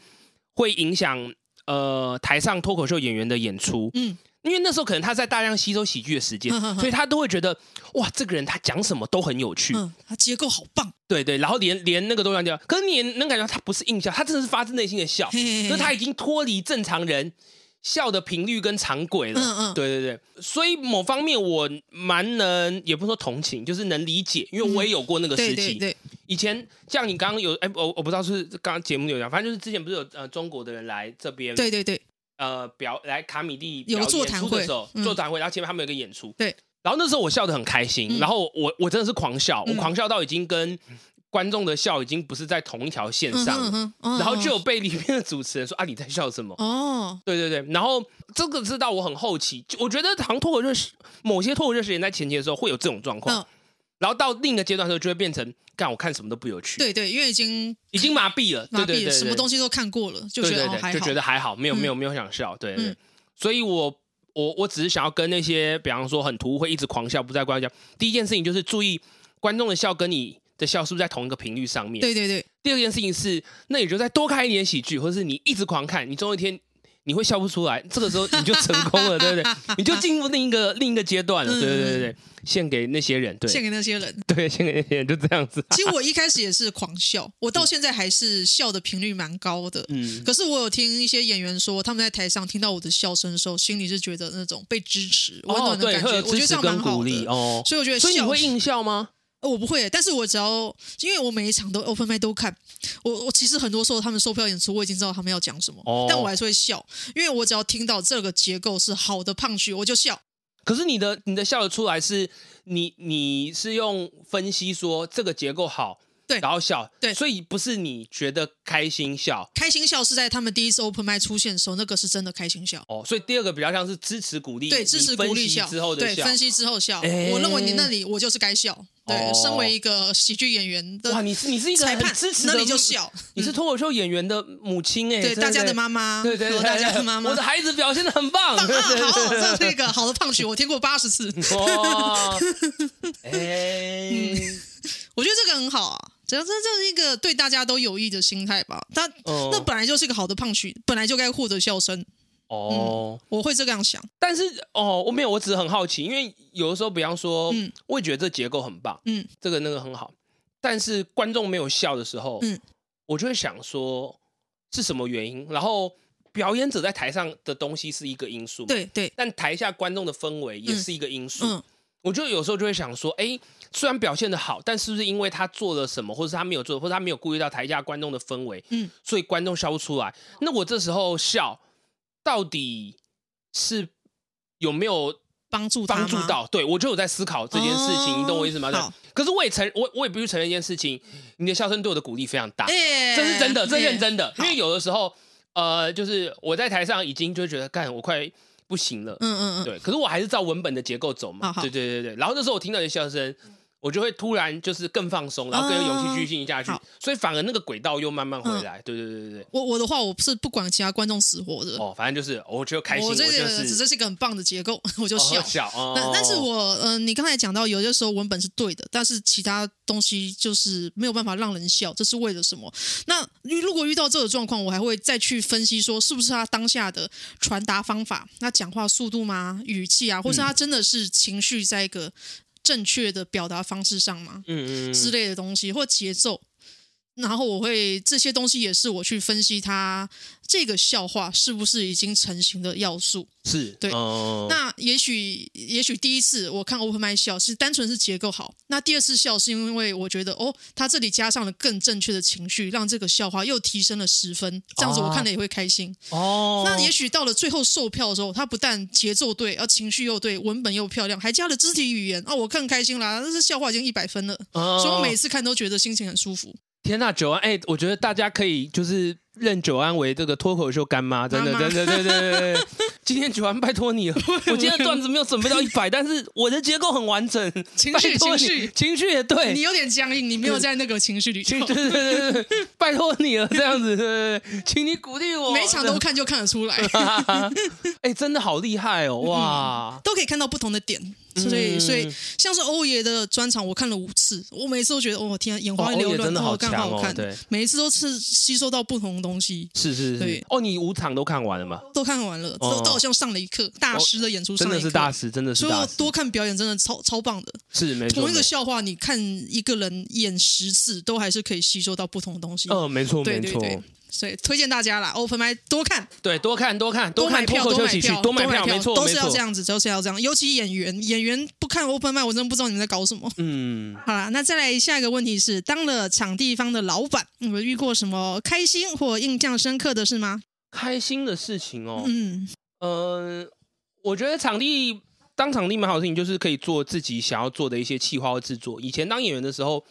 Speaker 2: 会影响呃台上脱口秀演员的演出，
Speaker 1: 嗯
Speaker 2: 因为那时候可能他在大量吸收喜剧的时间
Speaker 1: 嗯嗯，嗯
Speaker 2: 所以他都会觉得哇，这个人他讲什么都很有趣，
Speaker 1: 嗯，他结构好棒，
Speaker 2: 对对，然后连连那个都让掉，可是你也能感觉到他不是硬笑，他真的是发自内心的笑，
Speaker 1: 嘿嘿嘿
Speaker 2: 就是他已经脱离正常人笑的频率跟常轨了。
Speaker 1: 嗯嗯
Speaker 2: 对对对，所以某方面我蛮能，也不是说同情，就是能理解，因为我也有过那个时
Speaker 1: 嗯对
Speaker 2: 期。
Speaker 1: 对对，
Speaker 2: 以前像你刚刚有，哎，我我不知道是刚刚节目有讲，反正就是之前不是有呃中国的人来这边，
Speaker 1: 对对对，
Speaker 2: 呃表来卡米蒂
Speaker 1: 有
Speaker 2: 表演
Speaker 1: 座谈
Speaker 2: 出的
Speaker 1: 会
Speaker 2: 时候，
Speaker 1: 嗯
Speaker 2: 座谈会，然后前面他们有一个演出，
Speaker 1: 对，
Speaker 2: 然后那时候我笑得很开心，
Speaker 1: 嗯
Speaker 2: 然后我我真的是狂笑，
Speaker 1: 嗯
Speaker 2: 我狂笑到已经跟观众的笑已经不是在同一条线
Speaker 1: 嗯
Speaker 2: 上了，
Speaker 1: 嗯嗯，
Speaker 2: 然后就有被里面的主持人说啊你在笑什么？
Speaker 1: 哦，
Speaker 2: 对对对，然后这个是到我很后期，就我觉得好像脱口秀是某些脱口秀时间在前期的时候会有这种状况，
Speaker 1: 嗯
Speaker 2: 然后到另一个阶段的时候就会变成干我看什么都不有趣，
Speaker 1: 对对，因为已经
Speaker 2: 已经麻痹了，
Speaker 1: 麻
Speaker 2: 对对
Speaker 1: 痹
Speaker 2: 对
Speaker 1: 了，什么
Speaker 2: 对
Speaker 1: 东西都看过了，就
Speaker 2: 对
Speaker 1: 觉
Speaker 2: 对
Speaker 1: 得哦
Speaker 2: 对，
Speaker 1: 还
Speaker 2: 就
Speaker 1: 好嗯
Speaker 2: 觉，得还好，没有没有没有想笑，对对。对所以我我我只是想要跟那些，比方说很突兀会一直狂笑不在观众讲，第一件事情就是注意观众的笑跟你的笑是不是在同一个频率上面。
Speaker 1: 对对对，
Speaker 2: 第二件事情是，那你就再多看一点喜剧，或是你一直狂看，你总有一天。你会笑不出来，这个时候你就成功了，对不对？你就进入另一个另一个阶段了，对对对对对，献给那些人，
Speaker 1: 嗯
Speaker 2: 对
Speaker 1: 献给那些人。
Speaker 2: 对，献给那些人，就这样子。
Speaker 1: 其实我一开始也是狂笑，我到现在还是笑的频率蛮高的。
Speaker 2: 嗯，
Speaker 1: 可是我有听一些演员说，他们在台上听到我的笑声的时候，心里是觉得那种被支持、温
Speaker 2: 哦，
Speaker 1: 暖的
Speaker 2: 对，
Speaker 1: 感
Speaker 2: 会
Speaker 1: 觉。
Speaker 2: 有
Speaker 1: 我觉
Speaker 2: 支
Speaker 1: 得
Speaker 2: 持
Speaker 1: 这样
Speaker 2: 跟
Speaker 1: 蛮
Speaker 2: 鼓
Speaker 1: 好
Speaker 2: 励
Speaker 1: 的。
Speaker 2: 哦。
Speaker 1: 所以我觉得笑
Speaker 2: 所
Speaker 1: 是，
Speaker 2: 以你会硬笑吗？
Speaker 1: 呃我不会，但是我只要因为我每一场都 open m i 都看，我我其实很多时候他们售票演出，我已经知道他们要讲什么，
Speaker 2: 哦
Speaker 1: 但我还是会笑，因为我只要听到这个结构是好的胖曲，我就笑。
Speaker 2: 可是你的你的笑得出来是，你你是用分析说这个结构好，
Speaker 1: 对
Speaker 2: 然后笑，
Speaker 1: 对
Speaker 2: 所以不是你觉得开心笑
Speaker 1: 开心笑是在他们第一次 open m i 出现的时候，那个是真的开心笑。
Speaker 2: 哦，所以第二个比较像是支持鼓励，
Speaker 1: 对，支持
Speaker 2: 你分
Speaker 1: 鼓励
Speaker 2: 析
Speaker 1: 笑
Speaker 2: 之后的
Speaker 1: 对，
Speaker 2: 笑，
Speaker 1: 分析之后笑。
Speaker 2: 哎
Speaker 1: 我认为你那里我就是该笑。对，
Speaker 2: 哦
Speaker 1: 身为一个喜剧演员的
Speaker 2: 哇，你是你是一个
Speaker 1: 裁
Speaker 2: 很
Speaker 1: 判
Speaker 2: 支，持的，
Speaker 1: 那里就，笑。嗯
Speaker 2: 你是脱口秀演员的母亲哎、
Speaker 1: 对
Speaker 2: 真
Speaker 1: 大家的
Speaker 2: 对
Speaker 1: 妈妈，
Speaker 2: 对对对
Speaker 1: 和大家的妈妈。
Speaker 2: 我的
Speaker 1: (laughs) 啊，
Speaker 2: 孩子表现的很棒， (laughs)
Speaker 1: 好，这是一个好的胖曲，我听过八十次，(laughs)
Speaker 2: 嗯哇，哎、
Speaker 1: 我觉得这个很好啊。只要这这是一个对大家都有益的心态吧。但
Speaker 2: 哦
Speaker 1: 那本来就是一个好的胖曲，本来就该获得笑声。嗯
Speaker 2: 哦。
Speaker 1: 我会这样想，
Speaker 2: 但是哦，我没有，我只是很好奇，因为有的时候，比方说，
Speaker 1: 嗯
Speaker 2: 我也觉得这结构很棒，
Speaker 1: 嗯，
Speaker 2: 这个那个很好，但是观众没有笑的时候，
Speaker 1: 嗯，
Speaker 2: 我就会想说是什么原因，然后表演者在台上的东西是一个因素，，
Speaker 1: 对对，
Speaker 2: 但台下观众的氛围也是一个因素，
Speaker 1: 嗯
Speaker 2: 我就有时候就会想说，哎，虽然表现的好，但是不是因为他做了什么，或者是他没有做，或者他没有顾虑到台下观众的氛围，
Speaker 1: 嗯，
Speaker 2: 所以观众笑不出来。那我这时候笑，到底是有没有
Speaker 1: 帮助他
Speaker 2: 帮
Speaker 1: 吗
Speaker 2: 助到。对我就有在思考这件事情，
Speaker 1: 哦
Speaker 2: 你懂我意思吗？
Speaker 1: 好
Speaker 2: 对可是我也承，我我也必须承认一件事情，你的笑声对我的鼓励非常大，
Speaker 1: 哎
Speaker 2: 这是真的，这是认真的。因
Speaker 1: 好
Speaker 2: 为有的时候，呃，就是我在台上已经就觉得，干，我快不行了，
Speaker 1: 嗯嗯嗯，
Speaker 2: 对。可是我还是照文本的结构走嘛
Speaker 1: 好，好
Speaker 2: 对对对对。然后那时候我听到你的笑声。我就会突然就是更放松，然后更有勇气继续进行下去
Speaker 1: 哦好，嗯
Speaker 2: 所以反而那个轨道又慢慢回来。对对对对对，
Speaker 1: 我我的话，我是不管其他观众死活的，
Speaker 2: 哦，反正就是我就开心，
Speaker 1: 我
Speaker 2: 我
Speaker 1: 这
Speaker 2: 就
Speaker 1: 个
Speaker 2: 是
Speaker 1: 这是一个很棒的结构， (laughs) 我就
Speaker 2: 哦
Speaker 1: 笑。
Speaker 2: 笑哦。
Speaker 1: 但但是我嗯、呃你刚才讲到，有些时候文本是对的，但是其他东西就是没有办法让人笑，这是为了什么？那遇如果遇到这个状况，我还会再去分析说，是不是他当下的传达方法，那讲话速度吗，语气啊，或
Speaker 2: 嗯
Speaker 1: 是他真的是情绪在一个正确的表达方式上吗？
Speaker 2: 嗯嗯嗯
Speaker 1: 之类的东西，或节奏。然后我会这些东西也是我去分析它这个笑话是不是已经成型的要素。
Speaker 2: 是
Speaker 1: 对
Speaker 2: 哦
Speaker 1: 那也许也许第一次我看 open mic 笑是单纯是结构好，那第二次笑是因为我觉得哦，他这里加上了更正确的情绪，让这个笑话又提升了十分，这样子我看了也会开心。
Speaker 2: 哦，
Speaker 1: 那也许到了最后售票的时候，他不但节奏对，而情绪又对，文本又漂亮，还加了肢体语言啊、我更开心啦！这是笑话已经一百分了。
Speaker 2: 哦
Speaker 1: 所以我每次看都觉得心情很舒服。
Speaker 2: 天呐，九安，哎、我觉得大家可以就是认九安为这个脱口秀干妈，真的，
Speaker 1: 妈妈
Speaker 2: 真的，对对对对。今天九安，拜托你了，我今天的段子没有准备到一百，但是我的结构很完整，
Speaker 1: 情
Speaker 2: 拜
Speaker 1: 绪
Speaker 2: 托
Speaker 1: 情
Speaker 2: 你
Speaker 1: 绪
Speaker 2: 情绪也对
Speaker 1: 你，有点僵硬，你没有在那个情绪里头。
Speaker 2: 情哎 (laughs) 对啊对对对对，拜托你了，这样子，对对对，请你鼓励我，
Speaker 1: 每一场都看就看得出
Speaker 2: (laughs)
Speaker 1: 来， (laughs) 啊
Speaker 2: 哎、真的好厉害哦，哇，
Speaker 1: 都可以看到不同的点。所以，
Speaker 2: 嗯
Speaker 1: 所以像是欧爷的专场，我看了五次，我每次都觉得，哦，天啊，眼花
Speaker 2: 哦欧
Speaker 1: 缭
Speaker 2: 爷
Speaker 1: 乱，
Speaker 2: 真的好
Speaker 1: 哦，刚
Speaker 2: 强
Speaker 1: 好
Speaker 2: 哦
Speaker 1: 看
Speaker 2: 对，
Speaker 1: 每一次都是吸收到不同的东西，
Speaker 2: 是是是
Speaker 1: 对，
Speaker 2: 哦，你五场都看完了吗？
Speaker 1: 都看完了，
Speaker 2: 哦
Speaker 1: 都都好像上了一课，大师的演出上
Speaker 2: 真
Speaker 1: 了
Speaker 2: 的
Speaker 1: 一
Speaker 2: 是
Speaker 1: 课，
Speaker 2: 大师，真的是
Speaker 1: 所以
Speaker 2: 大
Speaker 1: 我
Speaker 2: 师，
Speaker 1: 多看表演真的超超棒的。
Speaker 2: 是没错，
Speaker 1: 同一
Speaker 2: 没
Speaker 1: 个
Speaker 2: 错
Speaker 1: 笑话，你看一个人演十次，都还是可以吸收到不同的东西。
Speaker 2: 嗯，没错
Speaker 1: 对
Speaker 2: 没
Speaker 1: 对
Speaker 2: 错，
Speaker 1: 对，所以推荐大家啦，open m i 多看。
Speaker 2: 对，多看多看
Speaker 1: 多
Speaker 2: 看
Speaker 1: 买
Speaker 2: 脱
Speaker 1: 票，
Speaker 2: 口
Speaker 1: 多
Speaker 2: 秀
Speaker 1: 买
Speaker 2: 喜剧
Speaker 1: 票，，
Speaker 2: 多
Speaker 1: 买
Speaker 2: 买票，没错，
Speaker 1: 都
Speaker 2: 没
Speaker 1: 是要
Speaker 2: 错
Speaker 1: 这。样子，就是要这样。尤其演员，演员不看 open mic，我真的不知道你们在搞什么。
Speaker 2: 嗯，
Speaker 1: 好啦，那再来下一个问题是，当了场地方的老板，你们遇过什么开心或印象深刻的事吗？
Speaker 2: 开心的事情哦，
Speaker 1: 嗯，
Speaker 2: 嗯、我觉得场地当场地蛮好的事情，就是可以做自己想要做的一些企划或制作。以前当演员的时候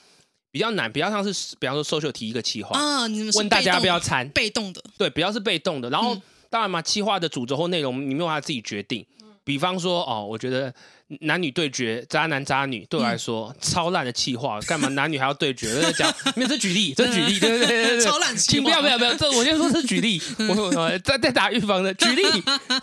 Speaker 2: 比较难，比较像是比方说 social 提一个企划，
Speaker 1: 啊，你们是
Speaker 2: 问大
Speaker 1: 被
Speaker 2: 家
Speaker 1: 动
Speaker 2: 要不要参，
Speaker 1: 被动的，
Speaker 2: 对，比较是被动的。然后、
Speaker 1: 嗯
Speaker 2: 当然嘛，企划的主轴或内容你没有办法自己决定。
Speaker 1: 嗯
Speaker 2: 比方说哦，我觉得男女对决、渣男渣女对
Speaker 1: 嗯
Speaker 2: 我来说、超烂的企划，干嘛男女还要对决？我在
Speaker 1: (laughs)
Speaker 2: 讲，没有这举例，这举例，对对对对对，
Speaker 1: 嗯超懒气话，
Speaker 2: 请不要不要不要，这我先说是举例，
Speaker 1: 嗯
Speaker 2: (laughs) 我我我在在打预防的举例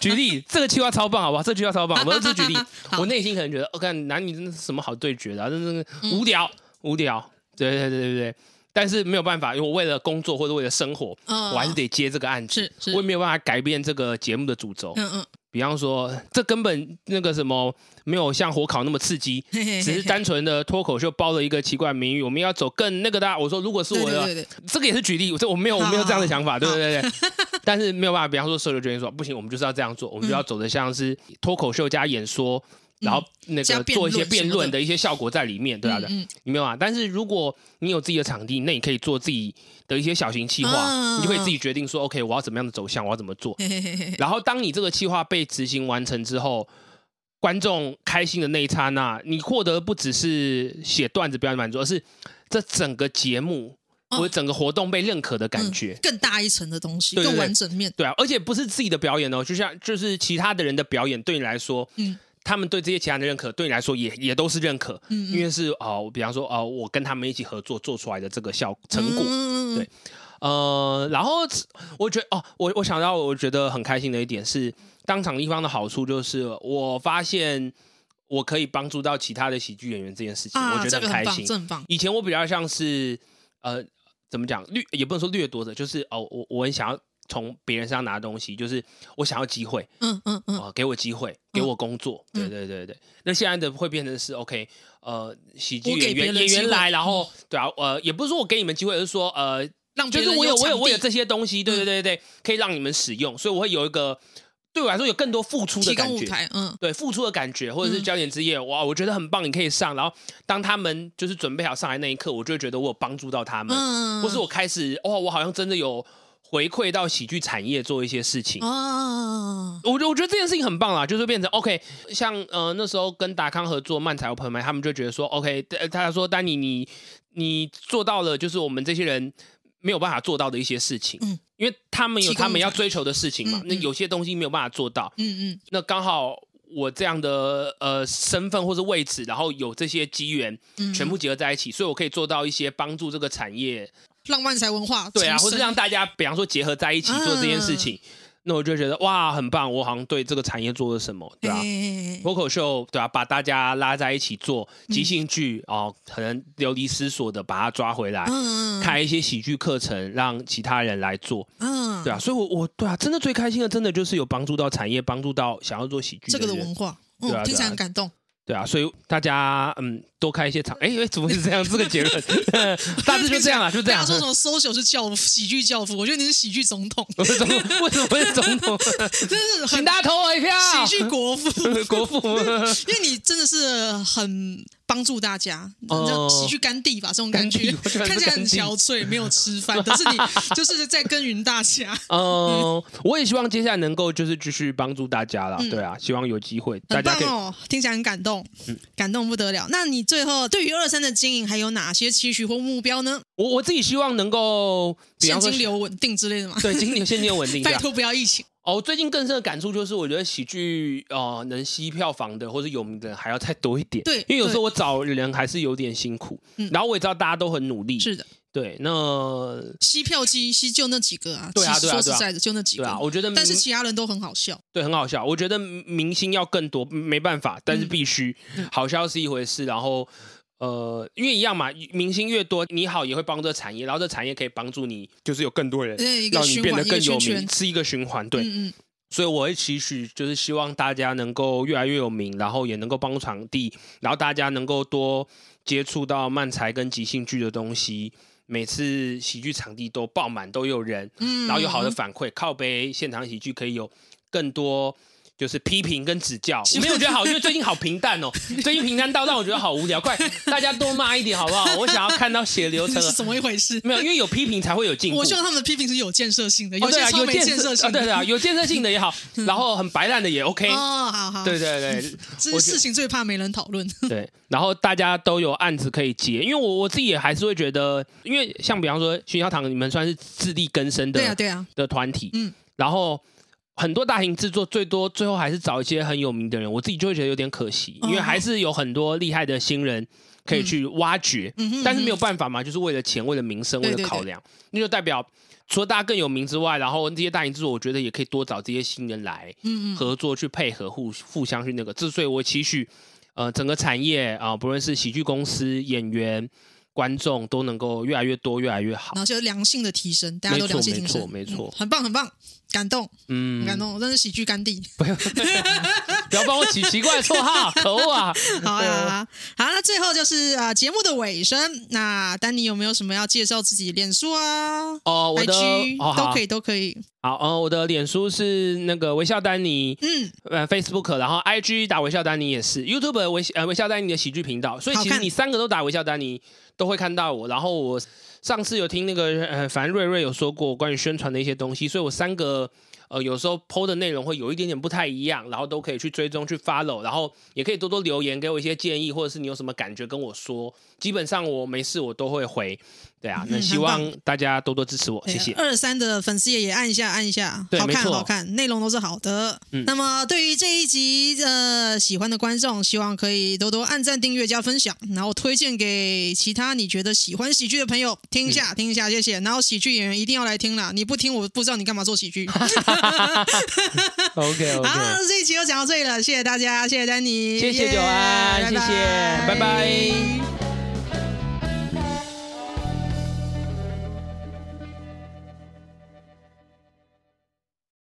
Speaker 2: 举例，这个计划超棒，好不好？这个计划超棒，我是举例
Speaker 1: (laughs) 好，
Speaker 2: 我内心可能觉得，我、哦、看男女真的是什么好对决的、啊，真的
Speaker 1: 嗯
Speaker 2: 是无聊、无聊，对对对对对。但是没有办法，因为我为了工作或者为了生活，
Speaker 1: 嗯
Speaker 2: 我还是得接这个案子，
Speaker 1: 是是
Speaker 2: 我也没有办法改变这个节目的主轴。
Speaker 1: 嗯嗯，
Speaker 2: 比方说，这根本那个什么没有像火烤那么刺激，
Speaker 1: 嘿嘿嘿
Speaker 2: 只是单纯的脱口秀包了一个奇怪名誉，我们要走更那个的啊。我说，如果是
Speaker 1: 对
Speaker 2: 我的，
Speaker 1: 对对对，
Speaker 2: 这个也是举例，这我没有我没有这样的想法，
Speaker 1: 好 (laughs) 嗯
Speaker 2: 对对对对。但是没有办法，比方说社交决定说不行，我们就是要这样做，我们就要走的像是脱口秀加演说，然后那
Speaker 1: 嗯加
Speaker 2: 个
Speaker 1: 辩论
Speaker 2: 做一些辩
Speaker 1: 什么
Speaker 2: 论
Speaker 1: 的
Speaker 2: 的一些效果在里面，对啊对啊，
Speaker 1: 嗯，
Speaker 2: 你没有啊？但是如果你有自己的场地，那你可以做自己的一些小型企划，
Speaker 1: 啊
Speaker 2: 你就可以自己决定说，OK，我要怎么样的走向，我要怎么做。
Speaker 1: 嗯嘿嘿嘿嘿
Speaker 2: 然后当你这个计划被执行完成之后，观众开心的那一刹那，你获得不只是写段子表演满足，而是这整个节目
Speaker 1: 哦
Speaker 2: 或者整个活动被认可的感觉。
Speaker 1: 嗯更大一层的东西，
Speaker 2: 对对
Speaker 1: 更
Speaker 2: 对
Speaker 1: 完整面，
Speaker 2: 对啊，而且不是自己的表演哦，就像就是其他的人的表演，对你来说，
Speaker 1: 嗯
Speaker 2: 他们对这些其他人的认可，对你来说也也都是认可，
Speaker 1: 嗯，嗯
Speaker 2: 因为是哦，比方说哦，我跟他们一起合作做出来的这个效成果，
Speaker 1: 嗯嗯嗯
Speaker 2: 对呃，然后我觉得哦，我我想到我觉得很开心的一点是，当场地方的好处就是我发现我可以帮助到其他的喜剧演员这件事情，我
Speaker 1: 啊，
Speaker 2: 觉
Speaker 1: 这
Speaker 2: 得
Speaker 1: 个
Speaker 2: 开
Speaker 1: 很棒，
Speaker 2: 心
Speaker 1: 这。很棒，
Speaker 2: 以前我比较像是呃，怎么讲掠也不能说掠夺者，就是哦，我我很想要从别人身上拿东西，就是我想要机会
Speaker 1: 嗯嗯嗯，
Speaker 2: 啊、给我机会，给我工作。对
Speaker 1: 嗯
Speaker 2: 对对对，那现在的会变成是 OK，呃，喜剧
Speaker 1: 我给
Speaker 2: 演
Speaker 1: 别
Speaker 2: 员
Speaker 1: 人
Speaker 2: 演
Speaker 1: 机
Speaker 2: 员
Speaker 1: 会嗯
Speaker 2: 来，然后对啊，呃，也不是说我给你们机会，而是说呃，
Speaker 1: 让
Speaker 2: 就
Speaker 1: 别
Speaker 2: 是
Speaker 1: 人
Speaker 2: 我有我有
Speaker 1: 场
Speaker 2: 我有
Speaker 1: 地嗯
Speaker 2: 这些东西，对对对对，可以让你们使用，所以我会有一个对我来说有更多付出的
Speaker 1: 提
Speaker 2: 感
Speaker 1: 供舞
Speaker 2: 觉。
Speaker 1: 台，嗯
Speaker 2: 对付出的感觉，或者是
Speaker 1: 嗯
Speaker 2: 焦点之夜，哇，我觉得很棒，你可以上。然后当他们就是准备好上来那一刻，我就会觉得我有帮助到他们，
Speaker 1: 嗯，
Speaker 2: 或是我开始，哦，我好像真的有回馈到喜剧产业做一些事
Speaker 1: 哦
Speaker 2: 情。
Speaker 1: 啊，
Speaker 2: 我觉我觉得这件事情很棒啦，就是变成 OK，像呃那时候跟达康合作漫才 open m 他们就觉得说 OK，呃他说丹尼你你做到了，就是我们这些人没有办法做到的一些事情，
Speaker 1: 嗯
Speaker 2: 因为他们有
Speaker 1: 提供
Speaker 2: 他们要追求的事情嘛，
Speaker 1: 嗯
Speaker 2: 那
Speaker 1: 嗯
Speaker 2: 有些东西没有办法做到，
Speaker 1: 嗯嗯
Speaker 2: 那刚好我这样的呃身份或是位置，然后有这些机缘
Speaker 1: 嗯，
Speaker 2: 全部结合在一起，所以我可以做到一些帮助这个产业
Speaker 1: 浪漫才文化，
Speaker 2: 对啊，
Speaker 1: 重
Speaker 2: 或是
Speaker 1: 生
Speaker 2: 让大家，比方说结合在一起做这
Speaker 1: 嗯
Speaker 2: 件事情，那我就觉得哇，很棒，我好像对这个产业做了什么，对啊
Speaker 1: 哎。哎哎
Speaker 2: 脱口秀对啊，把大家拉在一起做
Speaker 1: 嗯
Speaker 2: 即兴剧、哦，可能流离失所的把它抓回来，
Speaker 1: 嗯
Speaker 2: 开一些喜剧课程让其他人来做，
Speaker 1: 嗯，
Speaker 2: 对啊，所以我我对啊，真的最开心的，真的就是有帮助到产业，帮助到想要做喜剧
Speaker 1: 这个的
Speaker 2: 人
Speaker 1: 文化，
Speaker 2: 对啊
Speaker 1: 嗯，听起
Speaker 2: 对啊
Speaker 1: 来很感动。
Speaker 2: 对啊，所以大家嗯多开一些场，哎、哎怎么是这样？这
Speaker 1: (laughs)
Speaker 2: 个结论大致就这样了，啊就这样
Speaker 1: 大家。说什么 social 是教父，喜剧教父，我觉得你是喜剧总
Speaker 2: (laughs)
Speaker 1: 统，
Speaker 2: 我是总统，为什么会是总统？
Speaker 1: 真是
Speaker 2: 请
Speaker 1: 很
Speaker 2: 大家投我一票。
Speaker 1: 喜剧国父，
Speaker 2: 国
Speaker 1: (laughs)
Speaker 2: 父，
Speaker 1: 因为你真的是很帮助大家，
Speaker 2: 哦
Speaker 1: 叫喜剧干弟吧，这种感觉
Speaker 2: 干弟我觉得
Speaker 1: (laughs)
Speaker 2: 是
Speaker 1: 看起来很
Speaker 2: 干弟
Speaker 1: 憔悴，没有吃饭，但是
Speaker 2: (laughs)
Speaker 1: 你就是在耕耘大家，
Speaker 2: 嗯，我也希望接下来能够就是继续帮助大家啦。
Speaker 1: 嗯
Speaker 2: 对啊，希望有机会大
Speaker 1: 很
Speaker 2: 家
Speaker 1: 棒
Speaker 2: 可以。嗯
Speaker 1: 哦，听起来很感动，感动不得了。那你最后对于二三的经营还有哪些期许或目标呢？
Speaker 2: 我我自己希望能够，比
Speaker 1: 现
Speaker 2: 方说
Speaker 1: 金，流稳定之类的吗？
Speaker 2: 对，金流现金流稳 (laughs) 定。对
Speaker 1: 拜
Speaker 2: 啊
Speaker 1: 托不要疫情，
Speaker 2: 哦，我最近更深的感触就是，我觉得喜剧哦、呃能吸票房的或者有名的人还要再多一点。
Speaker 1: 对
Speaker 2: 因为有时
Speaker 1: 对
Speaker 2: 候我找人还是有点辛苦
Speaker 1: 嗯，
Speaker 2: 然后我也知道大家都很努力。
Speaker 1: 是的，
Speaker 2: 对，那
Speaker 1: 吸票机吸就那几个啊，
Speaker 2: 对啊
Speaker 1: 其实
Speaker 2: 对啊
Speaker 1: 说
Speaker 2: 对啊
Speaker 1: 实在的就那几
Speaker 2: 对
Speaker 1: 个
Speaker 2: 啊，，我觉得明
Speaker 1: 但是其他人都很好笑，
Speaker 2: 对很好笑，我觉得明星要更多，没办法，
Speaker 1: 嗯
Speaker 2: 但是必须、好笑是一回事，然后。呃，因为一样嘛，明星越多，你好也会帮助这产业，然后这产业可以帮助你，就是有更多人
Speaker 1: 对一个
Speaker 2: 让你
Speaker 1: 循
Speaker 2: 变
Speaker 1: 环
Speaker 2: 得
Speaker 1: 一个
Speaker 2: 更有
Speaker 1: 圈
Speaker 2: 名，
Speaker 1: 圈，
Speaker 2: 是一个循环。对，
Speaker 1: 嗯嗯，
Speaker 2: 所以我会期许，就是希望大家能够越来越有名，然后也能够帮助场地，然后大家能够多接触到漫才跟即兴剧的东西。每次喜剧场地都爆满，都有人，
Speaker 1: 嗯
Speaker 2: 然后有好的反馈，靠背现场喜剧可以有更多。就是批评跟指
Speaker 1: (laughs)
Speaker 2: 教，我没有觉得好，因为最近好平淡哦，最近平淡到让我觉得好无聊。快，大家多骂一点好不好？我想要看到血流成
Speaker 1: (laughs) 这是 (laughs)
Speaker 2: 河。
Speaker 1: 怎么一回事？
Speaker 2: 没有，因为有批评才会有进步。
Speaker 1: 我希望他们的批评是有建设性的，
Speaker 2: 哦对
Speaker 1: 些
Speaker 2: 啊，
Speaker 1: 超
Speaker 2: 有
Speaker 1: 没
Speaker 2: 建
Speaker 1: 建设性
Speaker 2: 啊对
Speaker 1: 的。嗯
Speaker 2: 对啊，有建设性的也好，然后很白烂的也 OK。
Speaker 1: 哦，好好，
Speaker 2: 对对对，
Speaker 1: 这
Speaker 2: 我
Speaker 1: 是
Speaker 2: 觉
Speaker 1: 事
Speaker 2: 得
Speaker 1: 情最怕没人讨论。
Speaker 2: (laughs) 对，然后大家都有案子可以接，因为我我自己也还是会觉得，因为像比方说学校堂，你们算是自力更生的
Speaker 1: 对啊，对啊，
Speaker 2: 的团体，
Speaker 1: 嗯
Speaker 2: 然后很多大型制作最多最后还是找一些很有名的人，我自己就会觉得有点可惜，因为
Speaker 1: 哦
Speaker 2: 还是有很多厉害的新人可以去挖掘，
Speaker 1: 嗯哼，
Speaker 2: 但是没有
Speaker 1: 嗯
Speaker 2: 办法嘛，就是为了钱、为了名声、
Speaker 1: 对
Speaker 2: 为
Speaker 1: 对
Speaker 2: 了考量，那就代表除了大家更有名之外，然后这些大型制作，我觉得也可以多找这些新人来
Speaker 1: 嗯嗯，
Speaker 2: 合作、去配合、互互相去那个。之所以我期许，呃，整个产业啊、不论是喜剧公司、演员、观众，都能够越来越多、越来越好
Speaker 1: 然。后就良性的提升，大家都良性提升，
Speaker 2: 没错没错没错
Speaker 1: 嗯很棒很棒，感动
Speaker 2: 嗯
Speaker 1: 很，感动，我真是喜剧干弟。
Speaker 2: 不要帮我起奇怪的绰号，可恶啊！
Speaker 1: (laughs) 好啊好啊，好，那最后就是啊节目的尾声，那丹尼有没有什么要介绍自己脸书啊、
Speaker 2: 哦，我的
Speaker 1: IG
Speaker 2: 哦
Speaker 1: 都
Speaker 2: 好
Speaker 1: 可以都可以，
Speaker 2: 好哦，我的脸书是那个微笑丹尼，
Speaker 1: 嗯，
Speaker 2: 呃，Facebook，然后 IG 打微笑丹尼也是，YouTube 微呃微笑丹尼的喜剧频道，所以
Speaker 1: 好
Speaker 2: 其实
Speaker 1: 看
Speaker 2: 你三个都打微笑丹尼都会看到我。然后我上次有听那个呃，反正瑞瑞有说过关于宣传的一些东西，所以我三个呃有时候 PO 的内容会有一点点不太一样，然后都可以去追踪去 follow，然后也可以多多留言给我一些建议，或者是你有什么感觉跟我说。基本上我没事我都会回，
Speaker 1: (laughs)
Speaker 2: 对啊，那
Speaker 1: 嗯
Speaker 2: 希
Speaker 1: 很棒
Speaker 2: 望大家多多支持我，
Speaker 1: (laughs)
Speaker 2: 谢谢。
Speaker 1: 啊二三的粉丝页也按一下，按一下，
Speaker 2: 对
Speaker 1: 好
Speaker 2: 没
Speaker 1: 看
Speaker 2: 错
Speaker 1: 好看，内容都是好的。
Speaker 2: 嗯
Speaker 1: 那么对于这一集呃喜欢的观众，希望可以多多按赞、订阅、加分享，然后推荐给其他你觉得喜欢喜剧的朋友听一
Speaker 2: 嗯
Speaker 1: 下，听一下，谢谢。然后喜剧演员一定要来听啦，你不听我不知道你干嘛做
Speaker 2: (laughs)
Speaker 1: 喜剧。
Speaker 2: OK
Speaker 1: 好，这一集就讲到这里了，谢谢大家，谢谢丹尼，
Speaker 2: 谢谢九安
Speaker 1: 耶
Speaker 2: 谢谢拜拜